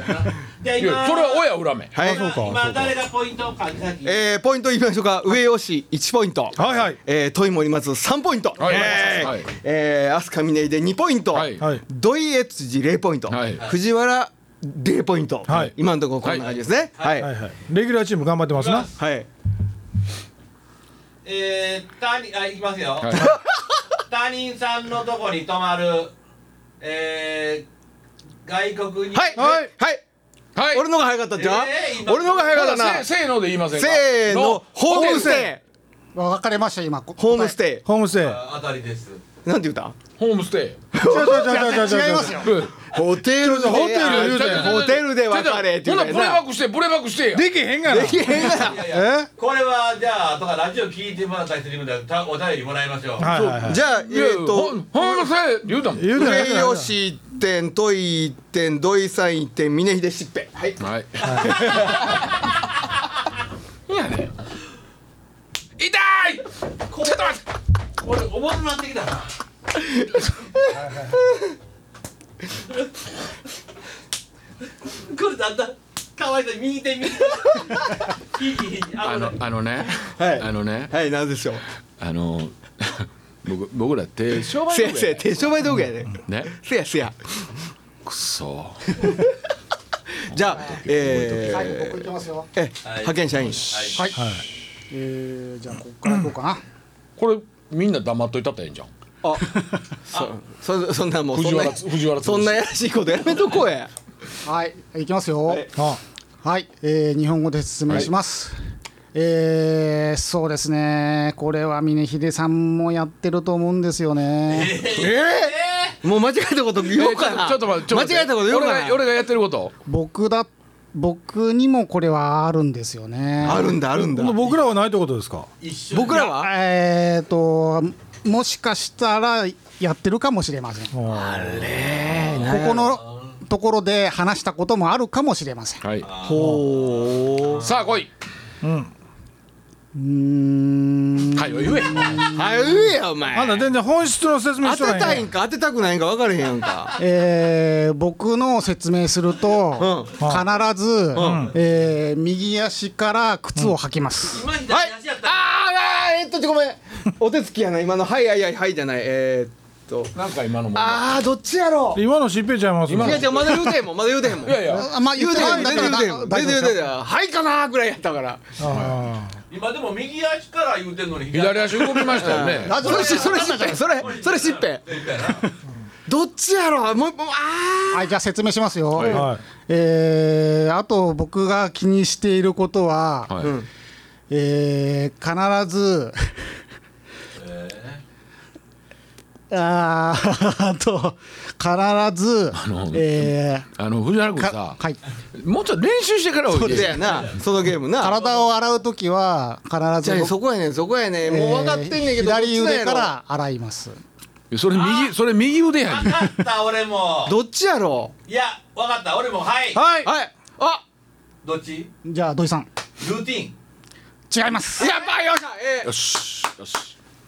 [SPEAKER 4] じゃあ
[SPEAKER 3] いや
[SPEAKER 4] 今
[SPEAKER 3] それは親裏目
[SPEAKER 2] はい。
[SPEAKER 1] そうか
[SPEAKER 4] 今誰がポイントをか先
[SPEAKER 2] えー、ポイントいきましょうか。上吉1ポイント。
[SPEAKER 1] はいはい
[SPEAKER 2] えー、問いもります3ポイント。
[SPEAKER 3] はい
[SPEAKER 2] えー
[SPEAKER 3] はい
[SPEAKER 2] えー、アスカミネイで2ポイント。
[SPEAKER 3] はい
[SPEAKER 1] はい。
[SPEAKER 2] ドイエツジ0ポイント。
[SPEAKER 3] はい
[SPEAKER 2] 藤原0ポイント。
[SPEAKER 1] はい
[SPEAKER 2] 今のところこんな感じですね。はい。
[SPEAKER 1] は
[SPEAKER 2] はいい。
[SPEAKER 1] はい。レギュラーチーム頑張ってますな。
[SPEAKER 2] はい。
[SPEAKER 4] えー、他人あ行きますよ、
[SPEAKER 3] はい
[SPEAKER 4] 他人さんのとこに泊まるえー、外国に
[SPEAKER 2] はい。
[SPEAKER 1] はい
[SPEAKER 2] はい
[SPEAKER 3] はい
[SPEAKER 2] 俺のが早かったじゃん
[SPEAKER 4] えー。今
[SPEAKER 2] 俺のが早かった
[SPEAKER 3] た
[SPEAKER 2] な
[SPEAKER 3] だ。せせーので言いませんか
[SPEAKER 2] せーの、ホームステイ。
[SPEAKER 5] 分かれました今こ
[SPEAKER 2] ホームステ
[SPEAKER 1] ホームステイ。
[SPEAKER 4] あたりです
[SPEAKER 2] イ。なんて言った
[SPEAKER 3] ホームステ
[SPEAKER 1] 違う違う違う違う違う。
[SPEAKER 5] 違いますよ
[SPEAKER 3] イ
[SPEAKER 2] ホテルで、
[SPEAKER 1] ホテル言うて
[SPEAKER 2] ホテルで別れって言
[SPEAKER 3] ほん
[SPEAKER 2] うたよ
[SPEAKER 3] ならプレイバ
[SPEAKER 2] な
[SPEAKER 3] ックしてプレイバックしてや
[SPEAKER 1] できへんがな。
[SPEAKER 2] できへんがな。
[SPEAKER 4] いやいや
[SPEAKER 1] え。
[SPEAKER 4] これはじゃあとかラジオ聞いてもらった人にもたお便りもらいましょう、
[SPEAKER 1] はいはいはい。
[SPEAKER 2] じゃあ、えっ、
[SPEAKER 3] いやいや
[SPEAKER 2] と
[SPEAKER 3] ホ。ホームステイって言うたもん
[SPEAKER 1] 言うてない
[SPEAKER 2] 上吉一点、土井一点、土井さん一点、峰秀しっぺ。はい。
[SPEAKER 3] はい
[SPEAKER 4] 重くなってきたな。これだんだん可愛いの右手右手。いいいいいい
[SPEAKER 3] あ
[SPEAKER 4] あ
[SPEAKER 3] の
[SPEAKER 4] の
[SPEAKER 3] あのね、
[SPEAKER 2] はい
[SPEAKER 3] あのね
[SPEAKER 2] はいなんでしょう
[SPEAKER 3] あの 僕僕らって商売
[SPEAKER 2] せ
[SPEAKER 3] 道
[SPEAKER 2] や
[SPEAKER 3] 具
[SPEAKER 2] せや
[SPEAKER 3] や
[SPEAKER 2] 手商売道具やで、
[SPEAKER 3] ね
[SPEAKER 2] せやせや
[SPEAKER 3] くそ
[SPEAKER 2] じゃあえ
[SPEAKER 5] 最後
[SPEAKER 2] ー
[SPEAKER 5] 僕行きますよ
[SPEAKER 2] え派遣社員
[SPEAKER 5] はい、えー、じゃあここから行こうかな
[SPEAKER 3] これみんな黙っといたったらええんじゃん
[SPEAKER 2] あそそそんなもうそん
[SPEAKER 3] 藤
[SPEAKER 2] な
[SPEAKER 3] 原つ藤原つぶ
[SPEAKER 2] そ
[SPEAKER 3] し
[SPEAKER 2] んなやらしいことやめとこうや
[SPEAKER 5] はい、いきますよ。はいい、えー日本語で説明します。えーそうですね、これは峰秀さんもやってると思うんですよね。
[SPEAKER 2] もう間違えたこと言おうかな、
[SPEAKER 3] えちょっと待ってちょっと待って
[SPEAKER 2] 間違えたこと言おうか
[SPEAKER 3] 俺が俺
[SPEAKER 2] な
[SPEAKER 3] がやってること
[SPEAKER 5] 僕だ、僕にもこれはあるんですよね。
[SPEAKER 2] あるんだあるんだ
[SPEAKER 1] 僕らはないってことですか
[SPEAKER 4] 一緒
[SPEAKER 2] 僕らは
[SPEAKER 5] えっ、と、もしかしたらやってるかもしれません。ここのところで話したこともあるかもしれません。
[SPEAKER 3] はい
[SPEAKER 2] ほ
[SPEAKER 3] さあ来い、
[SPEAKER 5] うーん、
[SPEAKER 3] はい言え
[SPEAKER 2] うはいやお前
[SPEAKER 1] あんた全然本質の説明し
[SPEAKER 2] 当
[SPEAKER 1] とないね
[SPEAKER 2] てたいんか当てたくないんか分からへんやんか
[SPEAKER 5] えー僕の説明すると、
[SPEAKER 2] う
[SPEAKER 5] 必ず、えー右足から靴を履きます、
[SPEAKER 4] 今左
[SPEAKER 2] はい
[SPEAKER 4] 足やった。
[SPEAKER 2] あーあーえっとちょごめんお手つきやな今のはいはいはいはいじゃないえーっと
[SPEAKER 3] なんか今のも
[SPEAKER 2] ああどっちやろう
[SPEAKER 1] 今のしっぺちゃいます
[SPEAKER 3] 今
[SPEAKER 2] い
[SPEAKER 3] の
[SPEAKER 2] やじゃまだ言うてへんもんまだ言うてへんもん
[SPEAKER 3] いやいや
[SPEAKER 5] あまあ
[SPEAKER 2] 言うてへんもん
[SPEAKER 5] だ
[SPEAKER 2] 全然言うてへんもん
[SPEAKER 5] 大
[SPEAKER 2] 全
[SPEAKER 5] 丈夫
[SPEAKER 2] 然言う
[SPEAKER 5] で
[SPEAKER 2] て
[SPEAKER 5] す
[SPEAKER 2] へ
[SPEAKER 5] よ
[SPEAKER 2] んもんはいかなーぐらいやったから
[SPEAKER 1] あー
[SPEAKER 4] 今でも右足から言うてんのに
[SPEAKER 3] 左足動きましたよ ね
[SPEAKER 2] それしそれしっぺそれそれしっぺどっちやろうもうもうあ
[SPEAKER 5] はいじゃあ説明しますよ、
[SPEAKER 3] はい
[SPEAKER 1] はい
[SPEAKER 5] えーあと僕が気にしていることは、
[SPEAKER 3] はい、
[SPEAKER 5] えー必ずあーあと必ず
[SPEAKER 3] の
[SPEAKER 5] え
[SPEAKER 3] あの藤原
[SPEAKER 5] ー
[SPEAKER 3] 君
[SPEAKER 5] か
[SPEAKER 3] さ
[SPEAKER 5] はい
[SPEAKER 3] もうちょっと練習してから
[SPEAKER 2] あ
[SPEAKER 3] お
[SPEAKER 2] そ
[SPEAKER 3] いうで
[SPEAKER 2] だよなそのゲームな
[SPEAKER 5] 体を洗うときは
[SPEAKER 2] じ
[SPEAKER 5] 必
[SPEAKER 2] ゃあ
[SPEAKER 5] ず
[SPEAKER 2] そこやねんそこやねんもう分かってんねんけど、
[SPEAKER 5] えー左腕
[SPEAKER 2] ど
[SPEAKER 5] か
[SPEAKER 2] っ
[SPEAKER 5] ら洗います
[SPEAKER 3] それ右それ右腕やん、
[SPEAKER 4] 分かった俺も。
[SPEAKER 2] ちやろ
[SPEAKER 4] いや分かった俺もはい。
[SPEAKER 1] は
[SPEAKER 2] うはいあ
[SPEAKER 4] どっち？
[SPEAKER 5] じゃあ土井さん
[SPEAKER 4] ルーティン。
[SPEAKER 5] 違います
[SPEAKER 2] やっぱよっしゃえ
[SPEAKER 3] よしよし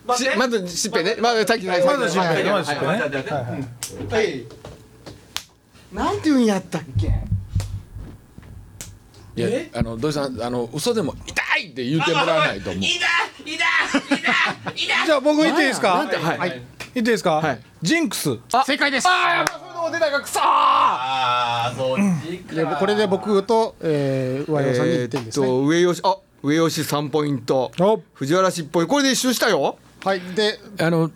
[SPEAKER 2] ーしまずしっぺねまずさっきの
[SPEAKER 1] まずしっ
[SPEAKER 2] はい
[SPEAKER 1] ぺまずしっぺね
[SPEAKER 4] 待って待って待ってうん
[SPEAKER 2] はいなんていうんやったっけ
[SPEAKER 3] いやあの土井さんあの嘘でも痛いって言ってもらわないと思う
[SPEAKER 4] いだいだいだいだ
[SPEAKER 1] いじゃあ僕言っていいですか
[SPEAKER 2] なんてはい、
[SPEAKER 4] はい
[SPEAKER 1] 言っていいですか、
[SPEAKER 2] はい
[SPEAKER 1] ジンクス
[SPEAKER 5] 正解です
[SPEAKER 4] ああそっちか
[SPEAKER 5] でこれで僕と、えー、上山さんに
[SPEAKER 2] え
[SPEAKER 5] 1
[SPEAKER 2] ー
[SPEAKER 5] 点
[SPEAKER 2] っ
[SPEAKER 5] ですね、
[SPEAKER 2] と上吉あ上吉3ポイント
[SPEAKER 1] お
[SPEAKER 2] 藤原しっぽいこれで一周したよ
[SPEAKER 5] はいで
[SPEAKER 3] あの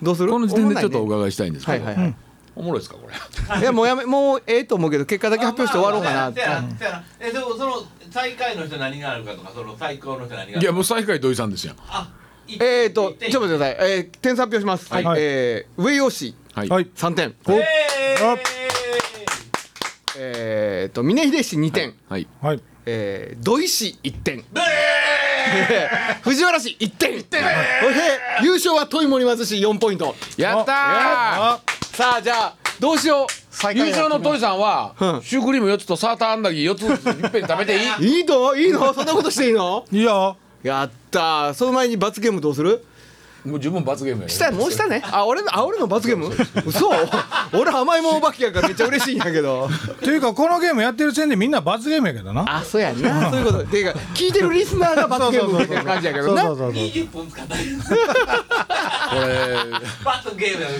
[SPEAKER 2] どうする
[SPEAKER 3] この時点でちょっとお
[SPEAKER 2] おも
[SPEAKER 3] 伺いしたいんです
[SPEAKER 2] ろ
[SPEAKER 3] け
[SPEAKER 2] いね
[SPEAKER 3] ど、
[SPEAKER 2] はいはいはい、
[SPEAKER 3] おもろいですかこれ
[SPEAKER 2] いやもうやめもうええと思うけど結果だけ発表して終わろうかなって、
[SPEAKER 4] まあまあそうやなそうやなえでもその最下位の人何があるかとかその最高の人何があ
[SPEAKER 3] い
[SPEAKER 4] る
[SPEAKER 3] や
[SPEAKER 4] か
[SPEAKER 3] もう最下位土井さんですやん
[SPEAKER 4] あい
[SPEAKER 2] えーっと
[SPEAKER 4] いって
[SPEAKER 2] ちょっと待ってください、えー、点差発表します、
[SPEAKER 1] いはい
[SPEAKER 2] えー上吉
[SPEAKER 3] はい、
[SPEAKER 1] はい
[SPEAKER 2] 3点、
[SPEAKER 1] お
[SPEAKER 4] えー
[SPEAKER 1] あ
[SPEAKER 2] えーっと峰秀氏2点、
[SPEAKER 3] はい、
[SPEAKER 1] はい
[SPEAKER 2] えー土井氏1点藤原氏1点そして優勝は戸井森松氏4ポイント
[SPEAKER 3] やったー
[SPEAKER 1] あ
[SPEAKER 2] さあじゃあどうしよ
[SPEAKER 5] 最下
[SPEAKER 3] 優
[SPEAKER 5] 位
[SPEAKER 3] 勝の
[SPEAKER 5] は
[SPEAKER 3] トイさんは、
[SPEAKER 2] うん
[SPEAKER 3] シュークリーム4つとサーターアンダギー4つずついっぺん食べていい
[SPEAKER 2] ういいのいいのそんなことしていいの
[SPEAKER 1] いいよ
[SPEAKER 2] やったーその前に罰ゲームどうする
[SPEAKER 3] もう十分罰ゲームや
[SPEAKER 2] したもうしたねあ俺のあ俺の罰ゲーム嘘俺甘いもんお化けやからめっちゃ嬉しいんやけど
[SPEAKER 1] というかこのゲームやってる時点でみんな罰ゲームやけどな
[SPEAKER 2] あそうやんな そういうことていうか聞いてるリスナーが罰ゲームみたいな感じやけど
[SPEAKER 1] そう
[SPEAKER 2] な
[SPEAKER 1] そうそうそう
[SPEAKER 4] 20分使っ
[SPEAKER 3] こ
[SPEAKER 4] た
[SPEAKER 3] れ
[SPEAKER 4] 罰ゲームやる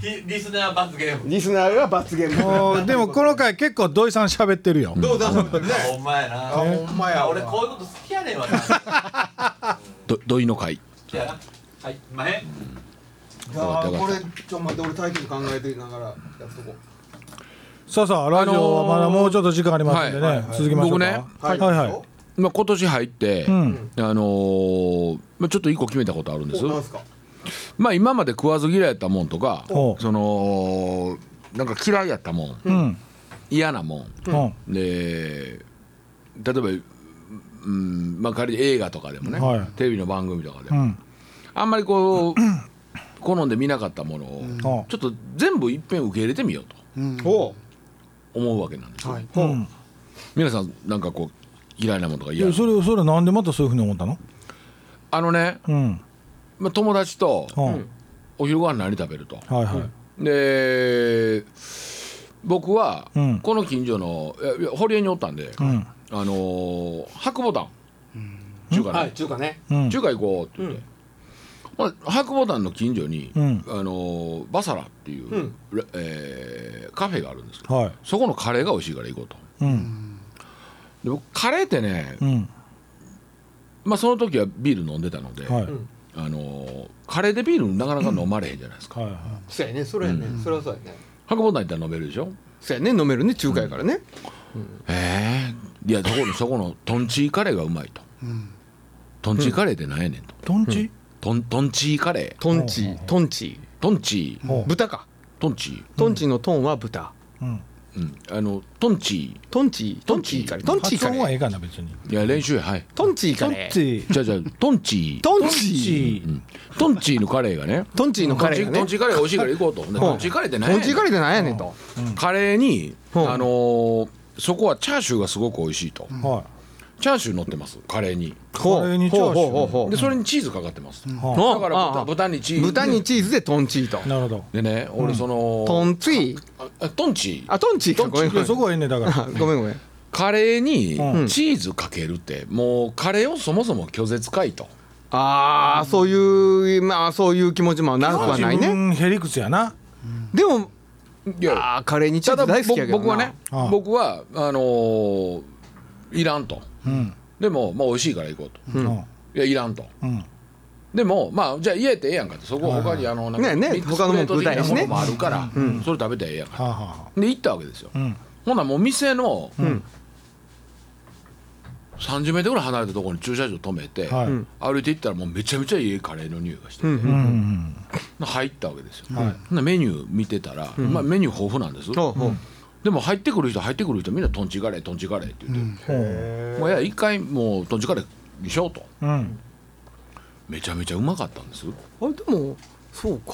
[SPEAKER 4] ひリスナー罰ゲーム
[SPEAKER 2] リスナーが罰ゲーム
[SPEAKER 1] もうでもこの回結構土井さん喋ってるよ
[SPEAKER 2] どうだろうね
[SPEAKER 4] ほんまやなほんまや俺こういうこと好きやねんわな好
[SPEAKER 3] ど土井の会
[SPEAKER 4] きやなはい前
[SPEAKER 3] あーこれ
[SPEAKER 2] ちょっと待って俺タイトル考えてながらやっとこ
[SPEAKER 1] そうそうラジオはまだもうちょっと時間ありますんでね、
[SPEAKER 3] はいはい
[SPEAKER 1] 続きましょうか
[SPEAKER 3] 僕
[SPEAKER 1] はいはいはい
[SPEAKER 3] まあ、今年入って、
[SPEAKER 1] うん
[SPEAKER 3] あのーまあ、ちょっと一個決めたことあるんです
[SPEAKER 2] なんすか
[SPEAKER 3] まあ今まで食わず嫌いやったもんとか
[SPEAKER 1] お
[SPEAKER 3] そのなんか嫌いやったもん
[SPEAKER 1] うん
[SPEAKER 3] 嫌なもん
[SPEAKER 1] うん
[SPEAKER 3] で例えば、うんまあ、仮に映画とかでもね、
[SPEAKER 1] はい
[SPEAKER 3] テレビの番組とかで
[SPEAKER 1] う
[SPEAKER 3] も、
[SPEAKER 1] ん
[SPEAKER 3] あんまりこう 好んで見なかったものを、
[SPEAKER 1] お
[SPEAKER 3] ちょっと全部いっぺん受け入れてみようと
[SPEAKER 5] うん
[SPEAKER 2] おう
[SPEAKER 3] 思うわけなんですよ、
[SPEAKER 5] はい、
[SPEAKER 1] うん
[SPEAKER 3] 皆さんなんかこう嫌いなものとか
[SPEAKER 1] い
[SPEAKER 3] 嫌
[SPEAKER 1] や
[SPEAKER 3] なもの
[SPEAKER 1] それそれなんでまたそういうふうに思ったの
[SPEAKER 3] あのね
[SPEAKER 1] うん
[SPEAKER 3] まあ、友達と
[SPEAKER 1] うん
[SPEAKER 3] お昼ご飯何食べると
[SPEAKER 1] はいはい、
[SPEAKER 3] で僕は
[SPEAKER 1] うん
[SPEAKER 3] この近所のいやいや堀江におったんで、
[SPEAKER 1] ん
[SPEAKER 3] あのー白牡丹中華ね、
[SPEAKER 2] はい中華ね
[SPEAKER 1] うん
[SPEAKER 3] 中華行こうって言って、ほな白牡丹の近所に、
[SPEAKER 1] うん
[SPEAKER 3] あのーバサラっていう、
[SPEAKER 2] ん
[SPEAKER 3] らえーカフェがあるんですけど
[SPEAKER 1] はい
[SPEAKER 3] そこのカレーが美味しいから行こうと
[SPEAKER 1] うん
[SPEAKER 3] で僕カレーってね、
[SPEAKER 1] うん
[SPEAKER 3] まあ、その時はビール飲んでたので、
[SPEAKER 1] はい
[SPEAKER 3] あのーカレーでビールなかなか飲まれへんじゃないですか、
[SPEAKER 1] はいは
[SPEAKER 2] そうやねそれやね、それはそうやね
[SPEAKER 3] 白牡丹行ったら飲めるでしょ
[SPEAKER 2] そうやね飲めるね中華やからね、
[SPEAKER 3] ええいやそこのそこのトンチーカレーがうまいと、トンチーカレーってなんやねんと、
[SPEAKER 1] いとんち
[SPEAKER 3] トントンチーカレー
[SPEAKER 2] トンチトンチ
[SPEAKER 3] トンチー
[SPEAKER 1] ほう
[SPEAKER 2] 豚か
[SPEAKER 3] トンチ
[SPEAKER 2] トンチのトンは豚
[SPEAKER 1] うん
[SPEAKER 3] ー、うん、あのトンチ
[SPEAKER 2] トンチトンチカレートンチ
[SPEAKER 1] 発
[SPEAKER 2] カ
[SPEAKER 1] 音
[SPEAKER 2] レ
[SPEAKER 1] はえ
[SPEAKER 2] ー
[SPEAKER 1] えかな別に
[SPEAKER 3] ーいや練習やはい
[SPEAKER 2] トンチカ
[SPEAKER 1] とん
[SPEAKER 2] レー
[SPEAKER 1] ち
[SPEAKER 3] じゃあじゃあトンチー
[SPEAKER 2] トン
[SPEAKER 1] とん
[SPEAKER 2] チ
[SPEAKER 1] ち
[SPEAKER 3] うんトンチーのカレーがね
[SPEAKER 2] トンチのカレーがね
[SPEAKER 3] トンチートンチーカレーが美味しいから行こうとほんで
[SPEAKER 2] うん
[SPEAKER 3] トンチーカレーって何や
[SPEAKER 2] トン
[SPEAKER 3] ね
[SPEAKER 2] チ
[SPEAKER 3] ん
[SPEAKER 2] カレーってなんやねんと
[SPEAKER 3] カレーに、
[SPEAKER 2] うん
[SPEAKER 3] あのーそこはチャーシューがすごく美味しいと、
[SPEAKER 1] は
[SPEAKER 3] チャーシュー乗ってますカレーに
[SPEAKER 1] カレーにチャーシュー
[SPEAKER 2] ほうほうほうほう
[SPEAKER 3] でそれにチーズかかってますと、
[SPEAKER 1] は
[SPEAKER 3] だから
[SPEAKER 2] ああ
[SPEAKER 3] 豚豚にチーズ
[SPEAKER 2] 豚にチーズでトンチと
[SPEAKER 1] いなるほど
[SPEAKER 3] でね俺その、
[SPEAKER 2] トンチ
[SPEAKER 3] ああトンチ
[SPEAKER 2] あトンチかごめ
[SPEAKER 1] い
[SPEAKER 2] んごめ
[SPEAKER 1] や
[SPEAKER 2] ん
[SPEAKER 1] そこはええねだから
[SPEAKER 2] あごめんごめん
[SPEAKER 3] カレー
[SPEAKER 1] う
[SPEAKER 3] に
[SPEAKER 2] ん
[SPEAKER 3] チーズかけるってもうカレーをそもそも拒絶かいと
[SPEAKER 2] ああそういうまあそういう気持ちもなくはない
[SPEAKER 1] 自
[SPEAKER 2] ね
[SPEAKER 1] 分へりくつやな
[SPEAKER 2] でも
[SPEAKER 3] いや
[SPEAKER 2] あーカレーにチー
[SPEAKER 3] た
[SPEAKER 2] ズ
[SPEAKER 3] だ
[SPEAKER 2] 大好き
[SPEAKER 3] 僕
[SPEAKER 2] やけどな
[SPEAKER 3] 僕はね
[SPEAKER 1] ああ
[SPEAKER 3] 僕はあのーいらんと
[SPEAKER 1] うん
[SPEAKER 3] でもまあ美味しいから行こうと
[SPEAKER 1] うん
[SPEAKER 3] いやいらんと
[SPEAKER 1] うん
[SPEAKER 3] でもまあじゃあ家ってええやんかとそこ他にあのなんか
[SPEAKER 2] ねえねえ
[SPEAKER 3] ミックス
[SPEAKER 2] 他のもん
[SPEAKER 3] プレート的な
[SPEAKER 2] 食うたいしね
[SPEAKER 3] ものもあるからそれ食べてええやんか
[SPEAKER 1] はあは
[SPEAKER 3] で行ったわけですよ
[SPEAKER 1] あうん
[SPEAKER 3] ほんならもう店の
[SPEAKER 2] ん
[SPEAKER 3] 30メートルぐらい離れたところに駐車場止めて
[SPEAKER 1] はい
[SPEAKER 2] うん
[SPEAKER 3] 歩いて行ったらもうめちゃめちゃいいカレーの匂いがして
[SPEAKER 2] う
[SPEAKER 3] て
[SPEAKER 1] う
[SPEAKER 2] んうん
[SPEAKER 1] ん
[SPEAKER 3] 入ったわけですよ、
[SPEAKER 1] はい
[SPEAKER 3] ほんならメニュー見てたら、まあ、メニュー豊富なんです、
[SPEAKER 2] ほうほう
[SPEAKER 3] でも入ってくる人入ってくる人みんなトンチカレートンチカレーって言って、
[SPEAKER 1] うん
[SPEAKER 3] もういや一回もうトンチカレーにしようと
[SPEAKER 1] うん
[SPEAKER 3] めちゃめちゃうまかったんで
[SPEAKER 2] あ
[SPEAKER 3] す
[SPEAKER 2] でもそうか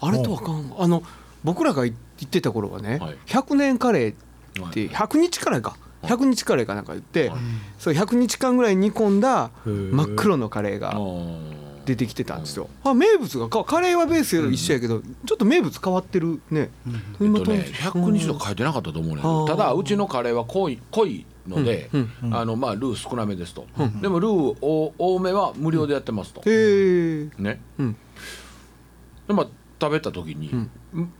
[SPEAKER 2] あれとはかんあの僕らが行ってた頃はね、
[SPEAKER 3] はい
[SPEAKER 2] 100年カレーっ
[SPEAKER 3] はい
[SPEAKER 2] て100日カレーか
[SPEAKER 3] はい
[SPEAKER 2] 100日カレーかなんか言って、
[SPEAKER 3] はい
[SPEAKER 2] そう100日間ぐらい煮込んだ
[SPEAKER 1] ー
[SPEAKER 2] 真っ黒のカレー
[SPEAKER 3] あ
[SPEAKER 2] が
[SPEAKER 3] ー
[SPEAKER 2] 出てきてたんですよ、あ名物がかカレーはベース一緒やけど、ちょっと名物変わってるね、
[SPEAKER 3] えっ
[SPEAKER 2] 今
[SPEAKER 3] とね100日とか書いてなかったと思うねんけど
[SPEAKER 2] あー
[SPEAKER 3] ただうちのカレーは濃い濃いので、
[SPEAKER 2] うん
[SPEAKER 3] あのまあルー少なめですと、でもルー多多めは無料でやってますと、
[SPEAKER 2] へえ
[SPEAKER 3] ね、
[SPEAKER 2] うん
[SPEAKER 3] でまあ食べた時に、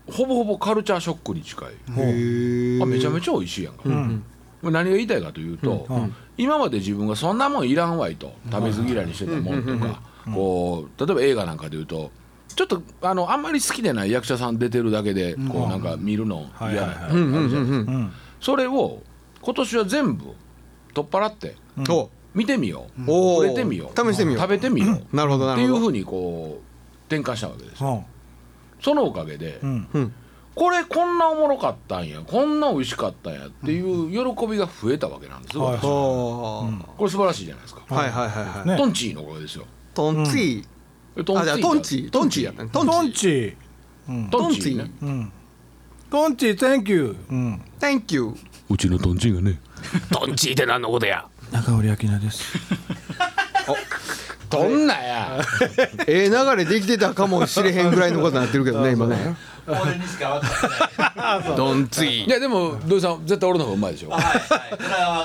[SPEAKER 3] ほぼほぼカルチャーショックに近い、
[SPEAKER 2] へえ
[SPEAKER 3] あめちゃめちゃ美味しいやんか、何が言いたいかというと、
[SPEAKER 1] うん
[SPEAKER 3] 今まで自分がそんなもんいらんわいと食べず嫌いにしてたもんとか、こう例えば映画なんかで言うとちょっとあのあんまり好きでない役者さん出てるだけでこうなんか見るの
[SPEAKER 1] はい
[SPEAKER 3] 嫌
[SPEAKER 1] はい
[SPEAKER 3] な
[SPEAKER 1] は
[SPEAKER 3] あ
[SPEAKER 1] い
[SPEAKER 3] るじゃないですか
[SPEAKER 1] うん
[SPEAKER 3] それを今年は全部取っ払って
[SPEAKER 2] お
[SPEAKER 3] 見てみよう、
[SPEAKER 2] おー
[SPEAKER 3] 触れてみよう
[SPEAKER 2] 試してみよう
[SPEAKER 3] 食べてみよう、
[SPEAKER 2] なるほどな
[SPEAKER 3] ってい
[SPEAKER 2] る
[SPEAKER 3] う
[SPEAKER 2] ほ
[SPEAKER 3] ふ
[SPEAKER 2] ど
[SPEAKER 3] うにこう転換したわけですよ
[SPEAKER 1] うん
[SPEAKER 3] そのおかげで、
[SPEAKER 1] うん
[SPEAKER 3] これこんなおもろかったんやこんな美味しかったんやっていう喜びが増えたわけなんですよ、
[SPEAKER 1] はい
[SPEAKER 3] 私は
[SPEAKER 2] おー
[SPEAKER 3] これ素晴らしいじゃないですか、
[SPEAKER 2] はいはいはいはい、
[SPEAKER 1] ね
[SPEAKER 3] トンチーのおかげですよ
[SPEAKER 2] トンツィ、
[SPEAKER 3] ト
[SPEAKER 2] あじゃあトンチートンチーやったねトンチー
[SPEAKER 1] トンチうん
[SPEAKER 3] ト
[SPEAKER 2] ト
[SPEAKER 3] ン
[SPEAKER 2] ン
[SPEAKER 3] チ
[SPEAKER 2] チ
[SPEAKER 3] ー
[SPEAKER 2] ー
[SPEAKER 3] ね
[SPEAKER 1] うんトンチ Thank you うん
[SPEAKER 2] Thank you
[SPEAKER 3] うちのトンチーがね
[SPEAKER 6] トンチって何のことや
[SPEAKER 1] 中森明菜です
[SPEAKER 3] どんな や
[SPEAKER 2] ええ流れできてたかもしれへんぐらいのことになってるけどね今ね
[SPEAKER 4] 俺にしか分かってない。
[SPEAKER 2] ドンツイ
[SPEAKER 3] いやでも土井さん絶対俺の方がうまいでしょ
[SPEAKER 4] はいはい。それは分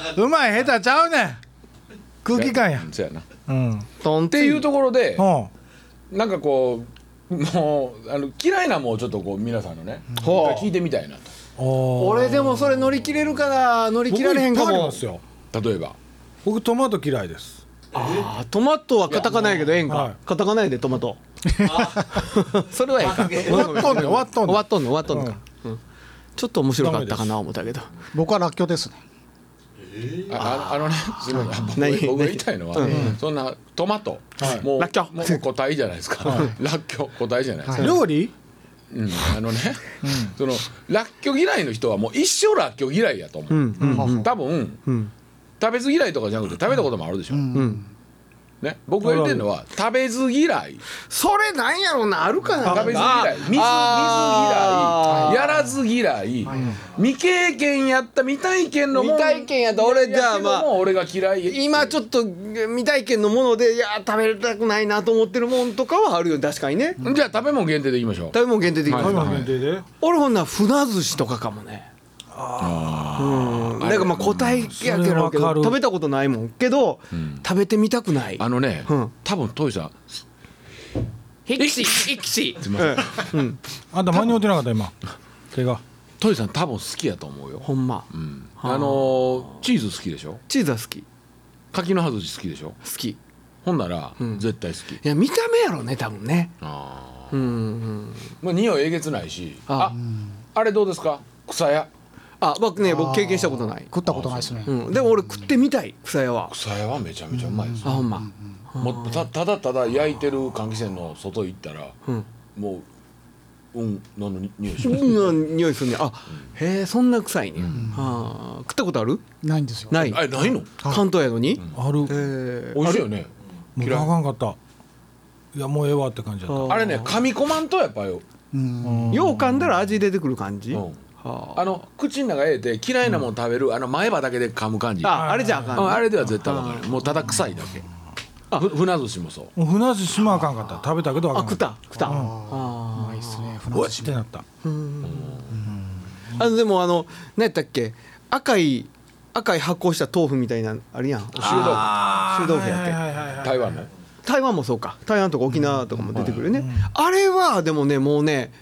[SPEAKER 4] かって
[SPEAKER 1] うまい下手ちゃうねん空気感や
[SPEAKER 3] そうやなっ
[SPEAKER 1] うんうん
[SPEAKER 2] ドンツ
[SPEAKER 3] て
[SPEAKER 2] イ
[SPEAKER 3] いうところでなんかこうもうあの嫌いなもうちょっとこう皆さんのね一
[SPEAKER 2] ほう
[SPEAKER 3] 回聞いてみたいな
[SPEAKER 1] お
[SPEAKER 2] 俺でもそれ乗り切れるから乗り切られへんか
[SPEAKER 1] 僕いっぱいあり
[SPEAKER 2] も
[SPEAKER 1] ますよ
[SPEAKER 3] と例えば
[SPEAKER 1] 僕トマト嫌いです
[SPEAKER 2] あトマトはカタカナやけどええん
[SPEAKER 1] はい
[SPEAKER 2] かカタカナやでトマトそれはええか
[SPEAKER 1] 終わっとんねん終わっとん
[SPEAKER 2] 終
[SPEAKER 1] ねん
[SPEAKER 2] わっとんの終わっとんのかうんちょっと面白かったかな思ったけど
[SPEAKER 5] 僕はらっきょうですね
[SPEAKER 3] あああのねすみません僕が
[SPEAKER 2] 何
[SPEAKER 3] 僕が言いたいのはそんなトマト
[SPEAKER 1] はい
[SPEAKER 3] もう
[SPEAKER 2] らっきょう
[SPEAKER 3] もう答えじゃないですからっきょう答えじゃないですか
[SPEAKER 1] 料理
[SPEAKER 3] うんあのね、 そのらっきょう嫌いの人はもう一生らっきょう嫌いやと思う、
[SPEAKER 2] うんうん
[SPEAKER 3] 多分、
[SPEAKER 2] ん
[SPEAKER 3] 食べず嫌いとかじゃなくて食べたこともあるでしょ、
[SPEAKER 2] うん
[SPEAKER 3] ね、僕が言ってるのは食べず嫌い
[SPEAKER 2] それなんやろうなあるかな
[SPEAKER 3] 食べず嫌い水水嫌い
[SPEAKER 2] あー
[SPEAKER 3] やらず嫌い未経験やった未体験のもん
[SPEAKER 2] 未体験やった俺
[SPEAKER 3] いや
[SPEAKER 2] じゃあまあ
[SPEAKER 3] けども俺が嫌い
[SPEAKER 2] 今ちょっと未体験のものでいや食べたくないなと思ってるもんとかはあるよ確かにね
[SPEAKER 3] じゃあ食べ物限定でいきましょう
[SPEAKER 2] 食べ物限定できます
[SPEAKER 3] は
[SPEAKER 1] 今
[SPEAKER 3] い
[SPEAKER 1] 限定で
[SPEAKER 2] 俺ほんなら船寿司とかかもねうんなんかまあ答えやけ
[SPEAKER 1] それ
[SPEAKER 2] ど
[SPEAKER 1] わかる
[SPEAKER 2] 食べたことないもんけど食べてみたくない
[SPEAKER 3] あのね、
[SPEAKER 2] うん
[SPEAKER 3] 多分トイさんす
[SPEAKER 6] ヒキシ、ヒキシ。
[SPEAKER 3] いません
[SPEAKER 1] あんた間に合ってなかった今手が
[SPEAKER 3] トイさん多分好きやと思うよ、
[SPEAKER 2] ほんま
[SPEAKER 3] うんあのーチーズ好きでしょ
[SPEAKER 2] チーズは好き好
[SPEAKER 3] 柿の葉寿司好きでしょ
[SPEAKER 2] きい
[SPEAKER 3] ほんなら、
[SPEAKER 2] ん
[SPEAKER 3] 絶対好き
[SPEAKER 2] や見た目やろね多分ね
[SPEAKER 3] あ
[SPEAKER 2] うんうん
[SPEAKER 3] ーまあ匂いえげつないし
[SPEAKER 2] あ
[SPEAKER 3] ああれどうですか草屋
[SPEAKER 2] あ僕ね僕経験したことない
[SPEAKER 5] 食ったことないですね
[SPEAKER 2] うんでも俺食ってみたい草屋は
[SPEAKER 3] 草屋はめちゃめちゃうまいです
[SPEAKER 2] あ
[SPEAKER 3] よ、
[SPEAKER 2] ほんま
[SPEAKER 3] もうたただただ焼いてる換気扇の外行ったら、
[SPEAKER 2] うん
[SPEAKER 3] もううん何の匂いします、
[SPEAKER 2] うん匂いするねあへえそんな臭いねあー食ったことある
[SPEAKER 5] ないんですよ
[SPEAKER 2] ない
[SPEAKER 3] あれないの
[SPEAKER 2] 関東やのに
[SPEAKER 1] ある
[SPEAKER 2] え
[SPEAKER 3] 美味しいよね
[SPEAKER 1] もう
[SPEAKER 3] 嫌い
[SPEAKER 1] あかんかったいやもうええわって感じだっ
[SPEAKER 3] あれね噛み込まんとやっぱよ、
[SPEAKER 5] うん
[SPEAKER 1] た
[SPEAKER 2] よう噛んだら味出てくる感じ、
[SPEAKER 3] うん
[SPEAKER 2] はあ
[SPEAKER 3] あの口の中入れて嫌いなもん食べる、あの前歯だけで噛む感じ
[SPEAKER 2] ああれじゃあかん
[SPEAKER 3] うん
[SPEAKER 2] ね
[SPEAKER 3] あれでは絶対わかるもうただ臭いだけあ船寿司もそう
[SPEAKER 1] もう船寿司もあかんかった食べたけどあか
[SPEAKER 2] あ
[SPEAKER 1] んか
[SPEAKER 2] 食
[SPEAKER 1] っ
[SPEAKER 2] った食った
[SPEAKER 5] う
[SPEAKER 2] あ
[SPEAKER 5] まいっすね
[SPEAKER 1] お
[SPEAKER 5] 船
[SPEAKER 1] い
[SPEAKER 5] 寿
[SPEAKER 1] っ
[SPEAKER 5] 司
[SPEAKER 1] てなった
[SPEAKER 2] ーあのでもあの何やったっけ赤い赤い発酵した豆腐みたいなのあるやん
[SPEAKER 3] 臭豆腐
[SPEAKER 2] 臭豆腐やって
[SPEAKER 1] いはい
[SPEAKER 3] 台湾の
[SPEAKER 2] 台湾もそうか台湾とか沖縄とかも出てくるよね、あれはでもねもうね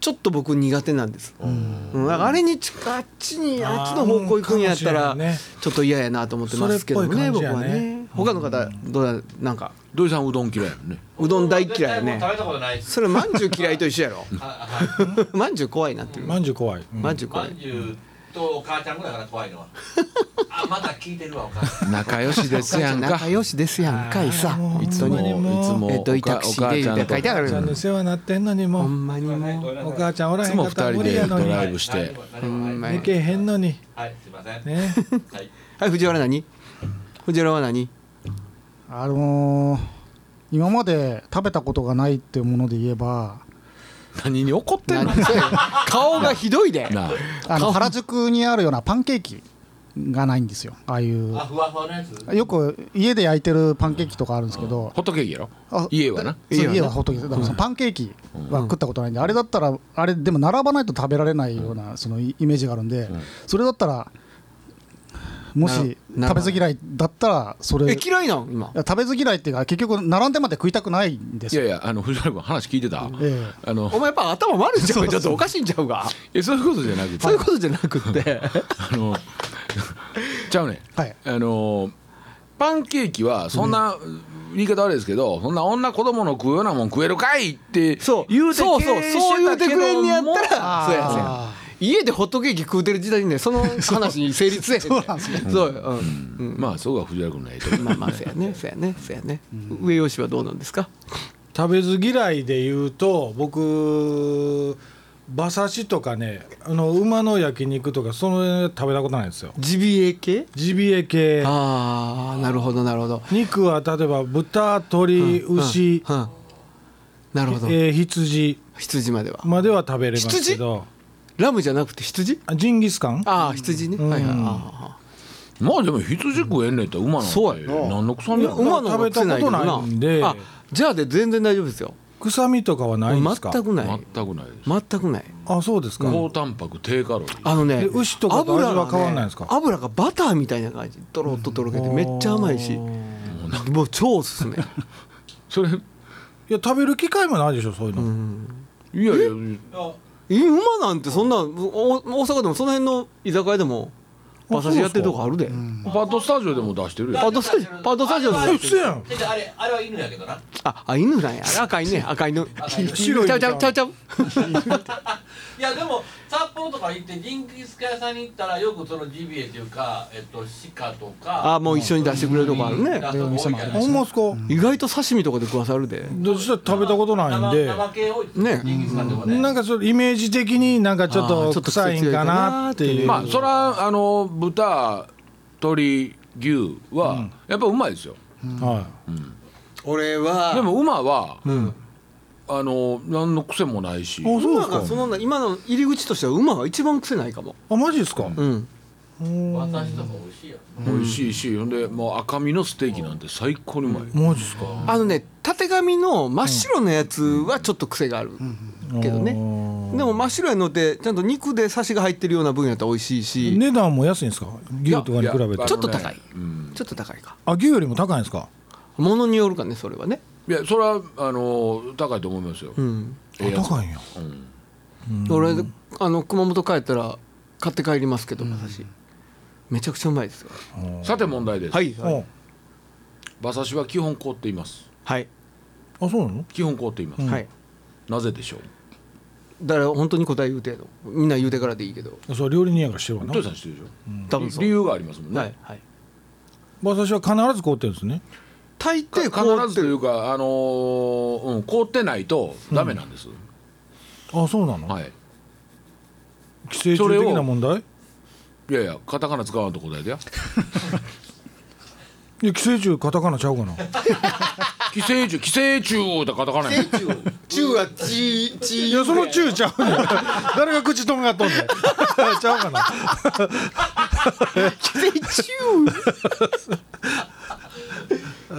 [SPEAKER 2] ちょっと僕苦手なんです、うん、だからあれにちあっちにあっちの方向行くんやった
[SPEAKER 1] あーう
[SPEAKER 2] ら
[SPEAKER 1] んかもしれんね
[SPEAKER 2] ちょっと嫌やなと思ってますけど
[SPEAKER 1] それ
[SPEAKER 2] ね
[SPEAKER 1] っぽい感
[SPEAKER 2] 僕
[SPEAKER 1] じやね
[SPEAKER 2] はね他の方どうやなんか
[SPEAKER 3] 土井さんうどん嫌いやもんね
[SPEAKER 2] うどん大嫌いやね
[SPEAKER 4] 僕も絶対もう食べたことないです
[SPEAKER 2] それまんじゅう嫌いと一緒や ろ
[SPEAKER 4] あはい
[SPEAKER 2] まんじゅう怖いなっていう
[SPEAKER 1] まんじゅう怖い、うん
[SPEAKER 2] まんじゅう
[SPEAKER 4] ま
[SPEAKER 2] 怖い
[SPEAKER 4] んじゅうとお母ちゃんぐらいかな怖いのはあまだ聞いてるわお母さん
[SPEAKER 3] 仲良しですやんか
[SPEAKER 2] 仲良しですやんかいさ
[SPEAKER 1] もう
[SPEAKER 3] いつ
[SPEAKER 1] ほん
[SPEAKER 3] も
[SPEAKER 1] まにもう
[SPEAKER 3] いつも
[SPEAKER 2] えっといたくしで言うて書いてあ
[SPEAKER 1] ちゃん
[SPEAKER 2] る
[SPEAKER 1] の世話なってんのに
[SPEAKER 2] ほ
[SPEAKER 1] もうん
[SPEAKER 2] まにもう
[SPEAKER 1] お母ちゃんお
[SPEAKER 3] い
[SPEAKER 1] らへ
[SPEAKER 3] つ
[SPEAKER 1] んか
[SPEAKER 3] も
[SPEAKER 1] っ
[SPEAKER 3] 二
[SPEAKER 1] たら
[SPEAKER 3] 人
[SPEAKER 1] 無理
[SPEAKER 3] で
[SPEAKER 1] やの
[SPEAKER 3] ド
[SPEAKER 1] に
[SPEAKER 3] ライブし
[SPEAKER 4] 何
[SPEAKER 3] て
[SPEAKER 4] も何も
[SPEAKER 2] うんま
[SPEAKER 4] はい
[SPEAKER 2] い
[SPEAKER 1] 行けへんのに
[SPEAKER 4] はいすいません
[SPEAKER 1] ね
[SPEAKER 4] はい
[SPEAKER 2] はい藤原何藤原は何
[SPEAKER 5] あのー今まで食べたことがないっていうもので言えば
[SPEAKER 3] 何に怒ってんの
[SPEAKER 2] 何それ顔がひどいで
[SPEAKER 3] なあ
[SPEAKER 5] あの原宿にあるようなパンケーキがないんですよああいう
[SPEAKER 4] あふわふわのやつ
[SPEAKER 5] よく家で焼いてるパンケーキとかあるんですけど、
[SPEAKER 3] ホットケーキやろ
[SPEAKER 5] あ
[SPEAKER 3] 家はな
[SPEAKER 5] そう
[SPEAKER 2] いいよね
[SPEAKER 5] 家はホットケーキだからそのパンケーキは食ったことないんで、あれだったらあれでも並ばないと食べられないようなそのイイメージがあるんで、それだったらもし
[SPEAKER 2] な
[SPEAKER 5] 食べず嫌いだったらそれ
[SPEAKER 2] え
[SPEAKER 5] い
[SPEAKER 2] 嫌いなん今
[SPEAKER 5] や食べず嫌いっていうか結局並んでまで食いたくないんで
[SPEAKER 3] い
[SPEAKER 5] す
[SPEAKER 3] や
[SPEAKER 5] よ。
[SPEAKER 3] いやあの藤原君話聞いてた
[SPEAKER 5] ええ
[SPEAKER 3] あの
[SPEAKER 2] お前やっぱ頭悪いんちゃうかちょっとおかしいんちゃうか
[SPEAKER 3] えそういうことじゃなくて
[SPEAKER 2] そういうことじゃなくって
[SPEAKER 3] あのちゃうね
[SPEAKER 5] はい
[SPEAKER 3] あのパンケーキはそんな言い方悪いですけど、そんな女子供の食うようなもん食えるかいっ て
[SPEAKER 2] そう
[SPEAKER 3] 言うて
[SPEAKER 2] そうそう
[SPEAKER 3] 敬遠
[SPEAKER 2] そう言うてくれんにやった
[SPEAKER 3] してたけども
[SPEAKER 2] らそうやそうや
[SPEAKER 5] あ
[SPEAKER 2] 家でホットケーキ食うてる時代にねその話に成立せえへんそうなんですねそううんうん
[SPEAKER 3] まあそこが藤原君のええとこ
[SPEAKER 2] まあまあそうやねそうやねそうやね上陽氏はどうなんですか
[SPEAKER 1] 食べず嫌いで言うと僕馬刺しとかねあの馬の焼肉とかその食べたことないんですよ
[SPEAKER 2] ジビエ系
[SPEAKER 1] ジビエ系
[SPEAKER 2] ああなるほどなるほど
[SPEAKER 1] 肉は例えば豚鶏牛、
[SPEAKER 2] うんうんなるほど
[SPEAKER 1] えー羊
[SPEAKER 2] 羊までは
[SPEAKER 1] までは食べれますけど
[SPEAKER 2] ラムじゃなくて羊
[SPEAKER 1] あジンギスカン
[SPEAKER 2] ああ羊ね
[SPEAKER 1] ん
[SPEAKER 2] はいはいあ
[SPEAKER 3] まあでも羊食えんねんって馬なんて
[SPEAKER 2] そうやな
[SPEAKER 3] 何の臭
[SPEAKER 2] ー
[SPEAKER 3] み
[SPEAKER 2] い
[SPEAKER 3] や
[SPEAKER 2] や
[SPEAKER 3] ろ
[SPEAKER 2] 馬の方が癖ないけど
[SPEAKER 1] 食べたことないんで
[SPEAKER 2] あじゃあで全然大丈夫ですよ
[SPEAKER 1] 臭みとかはないんですか
[SPEAKER 2] 全くない
[SPEAKER 3] 全くないです
[SPEAKER 2] 全くない
[SPEAKER 1] あそうですか、
[SPEAKER 3] 高タンパク低カロリー
[SPEAKER 2] あのね
[SPEAKER 1] で牛とかと味は変わんないんですか
[SPEAKER 2] 油がね油がバターみたいな感じとろっととろけてめっちゃ甘いしもう超おすす め
[SPEAKER 3] それい
[SPEAKER 1] いや食べる機会もないでしょそういうの、
[SPEAKER 3] やいや
[SPEAKER 2] え馬なんてそんなお大阪でもその辺の居酒屋でも馬刺しやってるとこあるで、
[SPEAKER 3] バッドスタジオでも出してる
[SPEAKER 4] パ
[SPEAKER 3] よ
[SPEAKER 2] ッドスタジオパッドスタジオの
[SPEAKER 4] あ
[SPEAKER 1] うっせやん
[SPEAKER 4] れはあれあれは犬やけどな
[SPEAKER 2] ああ犬なんやあれ赤いね赤い犬
[SPEAKER 4] 赤い犬
[SPEAKER 1] 白い
[SPEAKER 2] ちゃうちゃうちゃうちゃう
[SPEAKER 4] いやでも札幌とか行ってジンギスカン屋さんに行ったらよくそのジビエっていうかえっと鹿とか
[SPEAKER 2] あもう一緒に出してくれるとこあるね
[SPEAKER 4] 出すとこ多いから
[SPEAKER 1] ほんまっすか、
[SPEAKER 2] 意外と刺身とかで食わされるで
[SPEAKER 1] どうして食べたことないんで
[SPEAKER 4] 生生系多いです
[SPEAKER 2] ね
[SPEAKER 4] ジンギスカンでもね
[SPEAKER 1] なんかちょっとイメージ的になんかちょっ
[SPEAKER 2] あー
[SPEAKER 1] と
[SPEAKER 2] ちょっと
[SPEAKER 1] 臭いんかなっていう、
[SPEAKER 2] 強いか
[SPEAKER 3] まあそらあの豚鶏牛はやっぱうまいですよ
[SPEAKER 1] は
[SPEAKER 2] 俺は
[SPEAKER 3] でも馬は、あの何の癖もない
[SPEAKER 1] い。
[SPEAKER 3] し
[SPEAKER 1] あ、そう
[SPEAKER 2] 馬
[SPEAKER 1] です
[SPEAKER 2] がそ
[SPEAKER 1] か。
[SPEAKER 2] の今の入り口としては馬が一番癖ないかも、
[SPEAKER 1] あ、マジですか。
[SPEAKER 2] うん、
[SPEAKER 4] 私とか美味しいよ
[SPEAKER 3] 美味しいし、ほんでもう赤身のステーキなんて最高にうまい、
[SPEAKER 1] マジですか。
[SPEAKER 2] あのねたてがみの真っ白のやつはちょっと癖があるけどね、
[SPEAKER 1] ね
[SPEAKER 2] でも真っ白いのってちゃんと肉でサシが入ってるような分やったら美味しいし、
[SPEAKER 1] 値段も安いんですか。牛とかに比べて
[SPEAKER 3] いや。
[SPEAKER 2] ちょっと高い、
[SPEAKER 3] あのねうん
[SPEAKER 2] ちょっと高いか
[SPEAKER 1] あ、牛よりも高いんですか。
[SPEAKER 2] ものによるかねそれはね、
[SPEAKER 3] いやそれはあの高いと思いますよ、
[SPEAKER 2] うん、
[SPEAKER 1] あ、高いんや。
[SPEAKER 3] うん
[SPEAKER 2] 俺あの熊本帰ったら買って帰りますけど馬刺し、めちゃくちゃうまいですよ
[SPEAKER 3] さて問題です、
[SPEAKER 2] はいは
[SPEAKER 1] うん
[SPEAKER 2] い
[SPEAKER 3] 馬刺しは基本凍っています
[SPEAKER 2] はい、
[SPEAKER 1] あ、そうなの。
[SPEAKER 3] 基本凍っています、
[SPEAKER 1] うん
[SPEAKER 2] はい、
[SPEAKER 3] なぜでしょう
[SPEAKER 2] だから本当に答え言うてやろみんな言うてからでいいけど
[SPEAKER 1] そう、料理人やからしてるわな
[SPEAKER 3] ト。ヨさん知ってるでしょ、
[SPEAKER 2] 多分そう
[SPEAKER 3] 理由がありますもんね、
[SPEAKER 2] はい、はい、
[SPEAKER 1] 私は必ず凍ってるんですね。
[SPEAKER 2] 大
[SPEAKER 3] か
[SPEAKER 2] 抵こう
[SPEAKER 3] 必ずというか、あのーうん、凍ってないとダメなんです、
[SPEAKER 1] あ、そうなの。
[SPEAKER 3] はい
[SPEAKER 1] 寄生虫的な問題。
[SPEAKER 3] いやいやカタカナ使わんと答えてや
[SPEAKER 1] いや寄生虫カタカナちゃうかな。
[SPEAKER 3] 寄生虫寄生虫ってカタカナやん
[SPEAKER 2] 中はチーチー
[SPEAKER 1] いや、その中ちゃうねん。 誰が口とんがっとんねん。 ちゃうかな。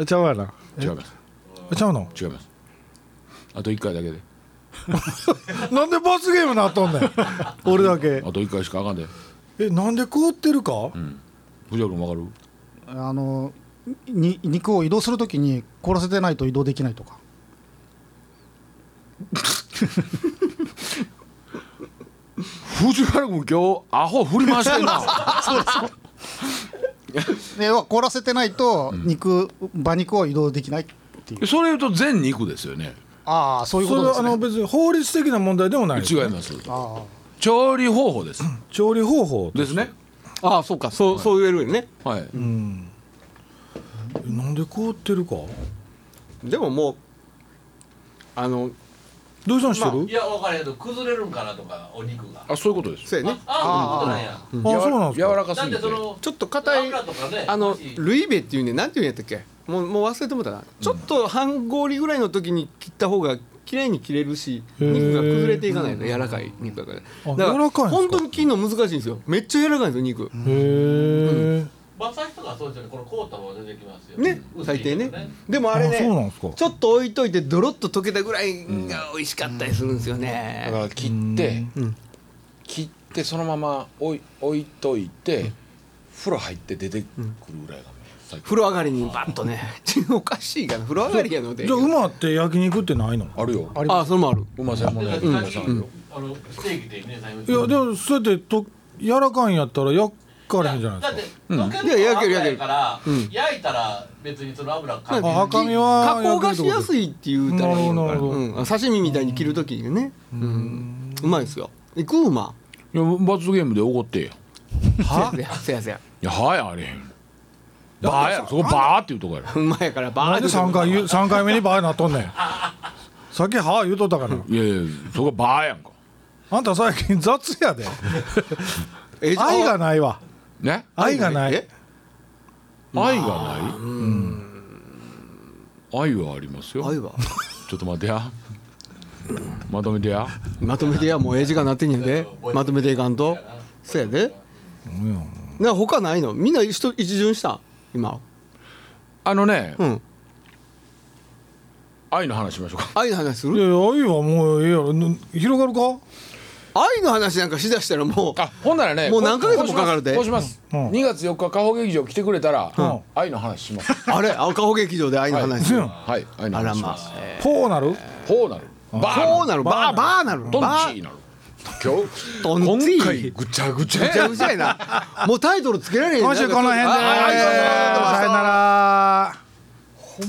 [SPEAKER 1] ちゃうわな。
[SPEAKER 3] 違います
[SPEAKER 1] ちゃうの。
[SPEAKER 3] 違いますあと1回だけで
[SPEAKER 1] なんで罰ゲームなっとんねん。俺だけ。
[SPEAKER 3] あと1回しかあかんで
[SPEAKER 1] え、なんで凍ってるか。
[SPEAKER 3] 藤原君わかる
[SPEAKER 5] あのに肉を移動するときに殺せてないと移動できないとか
[SPEAKER 3] 藤原君今日アホ振り回して んな
[SPEAKER 5] で要は凍らせてないと肉、馬肉を移動できないっていう
[SPEAKER 3] それ言うと全肉ですよね
[SPEAKER 5] ああそういう
[SPEAKER 1] そ
[SPEAKER 5] こ
[SPEAKER 1] れ
[SPEAKER 5] とで
[SPEAKER 1] は
[SPEAKER 5] す
[SPEAKER 1] あ
[SPEAKER 5] ね
[SPEAKER 1] の別に法律的な問題でもない。
[SPEAKER 3] 違います
[SPEAKER 5] あ
[SPEAKER 3] 調理方法です
[SPEAKER 1] 調理方法。
[SPEAKER 3] ですね
[SPEAKER 2] ああそうかそうそう言えるよね
[SPEAKER 3] はい
[SPEAKER 1] うん。えなんで凍ってるか。
[SPEAKER 2] でももうあの
[SPEAKER 1] どうしたんして
[SPEAKER 4] い
[SPEAKER 1] る。
[SPEAKER 4] や分からへんけど崩れるんかなとかお肉が
[SPEAKER 3] あそういうことです
[SPEAKER 2] そうやね
[SPEAKER 4] ああそういうことなんや
[SPEAKER 1] あ、そうなんです
[SPEAKER 3] 柔
[SPEAKER 1] か。
[SPEAKER 3] らか
[SPEAKER 4] だ
[SPEAKER 3] す
[SPEAKER 4] っ
[SPEAKER 3] ぎ
[SPEAKER 4] て
[SPEAKER 3] て
[SPEAKER 4] その
[SPEAKER 2] ちょっと硬い
[SPEAKER 4] 油とかね
[SPEAKER 2] あの
[SPEAKER 4] もし
[SPEAKER 2] ルイベっていうねなんていうんやったっけもうもう忘れてもうたな、ちょっと半氷ぐらいの時に切った方が綺麗に切れるし
[SPEAKER 1] へー
[SPEAKER 2] 肉が崩れていかないの柔らかい肉だから
[SPEAKER 1] あ
[SPEAKER 2] だから
[SPEAKER 1] 柔らかいんですか
[SPEAKER 2] 本当に切るの難しいんですよめっちゃ柔らかいんですよ肉、
[SPEAKER 1] へえ。
[SPEAKER 4] 馬刺しとかそうですよねこの凍ったまま出てきますよ
[SPEAKER 2] ね
[SPEAKER 4] うん
[SPEAKER 2] 大抵ね
[SPEAKER 4] 薄いけど
[SPEAKER 2] でもあれ
[SPEAKER 1] あそうな
[SPEAKER 2] ね
[SPEAKER 1] んですか。
[SPEAKER 2] ちょっと置いといてドロッと溶けたぐらいが美味しかったりするんですよね、
[SPEAKER 3] だから切って、
[SPEAKER 2] ん
[SPEAKER 3] 切ってそのまま置い置いといて、風呂入って出てくるぐらいが最高
[SPEAKER 2] 風呂上がりにバッとね おかしいかな風呂上がりやので
[SPEAKER 1] じゃあ馬って焼肉ってないの
[SPEAKER 3] あるよ
[SPEAKER 2] ああそれもある
[SPEAKER 3] 馬専門の
[SPEAKER 4] で
[SPEAKER 3] 焼き肉屋さんあるよ、
[SPEAKER 4] あのステーキでね最
[SPEAKER 1] い
[SPEAKER 4] 後
[SPEAKER 1] やでもそうやってと柔らかいんやったら焼かれへんじゃない
[SPEAKER 4] だっ
[SPEAKER 1] ですか
[SPEAKER 4] て溶け
[SPEAKER 2] いや
[SPEAKER 4] る
[SPEAKER 2] 焼ける焼
[SPEAKER 4] 油
[SPEAKER 2] け
[SPEAKER 4] や
[SPEAKER 2] る
[SPEAKER 4] から
[SPEAKER 2] うん
[SPEAKER 4] 焼いたら別にその油か
[SPEAKER 1] あ赤身は
[SPEAKER 2] 加工がしやす
[SPEAKER 1] い
[SPEAKER 2] いって言うたらいいのか
[SPEAKER 1] なる
[SPEAKER 2] な
[SPEAKER 1] ほどなる
[SPEAKER 2] うん、刺身みたいに切るときにね、うんうまいですよ行くうま
[SPEAKER 3] いや罰ゲームで怒ってよ
[SPEAKER 2] はせやせやせや
[SPEAKER 3] いやはやあれへんバーやそこバーっていうとこやろ
[SPEAKER 2] うまいからバー
[SPEAKER 1] なんで3回言う三回目にバーなっとんねんさっき歯言うとったから
[SPEAKER 3] いやいやそこバーやんか
[SPEAKER 1] あんた最近雑やで
[SPEAKER 2] えじゃあ
[SPEAKER 1] 愛がないわ
[SPEAKER 3] ね
[SPEAKER 1] 愛がな
[SPEAKER 2] え
[SPEAKER 1] い
[SPEAKER 3] 愛がない、愛はありますよ
[SPEAKER 2] 愛は
[SPEAKER 3] ちょっと待ってやまとめてや
[SPEAKER 2] まとめてやもうええ時間なってんやでまとめていかんとそやでな他ないのみんな一人一巡した今
[SPEAKER 3] あのね、
[SPEAKER 2] うん
[SPEAKER 3] 愛の話しましょうか
[SPEAKER 2] 愛の話す
[SPEAKER 1] いや
[SPEAKER 2] る
[SPEAKER 1] いや愛はもうええやろぬ広がるか
[SPEAKER 2] 愛の話なんかしだしたらもう
[SPEAKER 3] あほんならね
[SPEAKER 2] もう何ヶ月もかかるで
[SPEAKER 3] こうしますこうします
[SPEAKER 1] うん
[SPEAKER 3] 2月4日加保劇場来てくれたら、
[SPEAKER 1] ん
[SPEAKER 3] 愛の話します
[SPEAKER 2] あれ青顔劇場で 愛の話する、
[SPEAKER 3] はい愛の
[SPEAKER 2] あら
[SPEAKER 3] 話し
[SPEAKER 2] ま
[SPEAKER 3] ま
[SPEAKER 2] あ
[SPEAKER 3] す、
[SPEAKER 1] こうなる
[SPEAKER 3] こうなるバー
[SPEAKER 2] こう
[SPEAKER 3] なる
[SPEAKER 2] なるバーバーなる
[SPEAKER 3] トンチ
[SPEAKER 2] バー
[SPEAKER 3] ーなる今
[SPEAKER 2] トンチー
[SPEAKER 3] 日今回ぐちゃぐちゃ
[SPEAKER 2] めちゃ
[SPEAKER 3] や
[SPEAKER 2] くちゃやな。もうタイトルつけられへん。
[SPEAKER 1] 今週この辺で
[SPEAKER 2] あはい
[SPEAKER 1] さよなら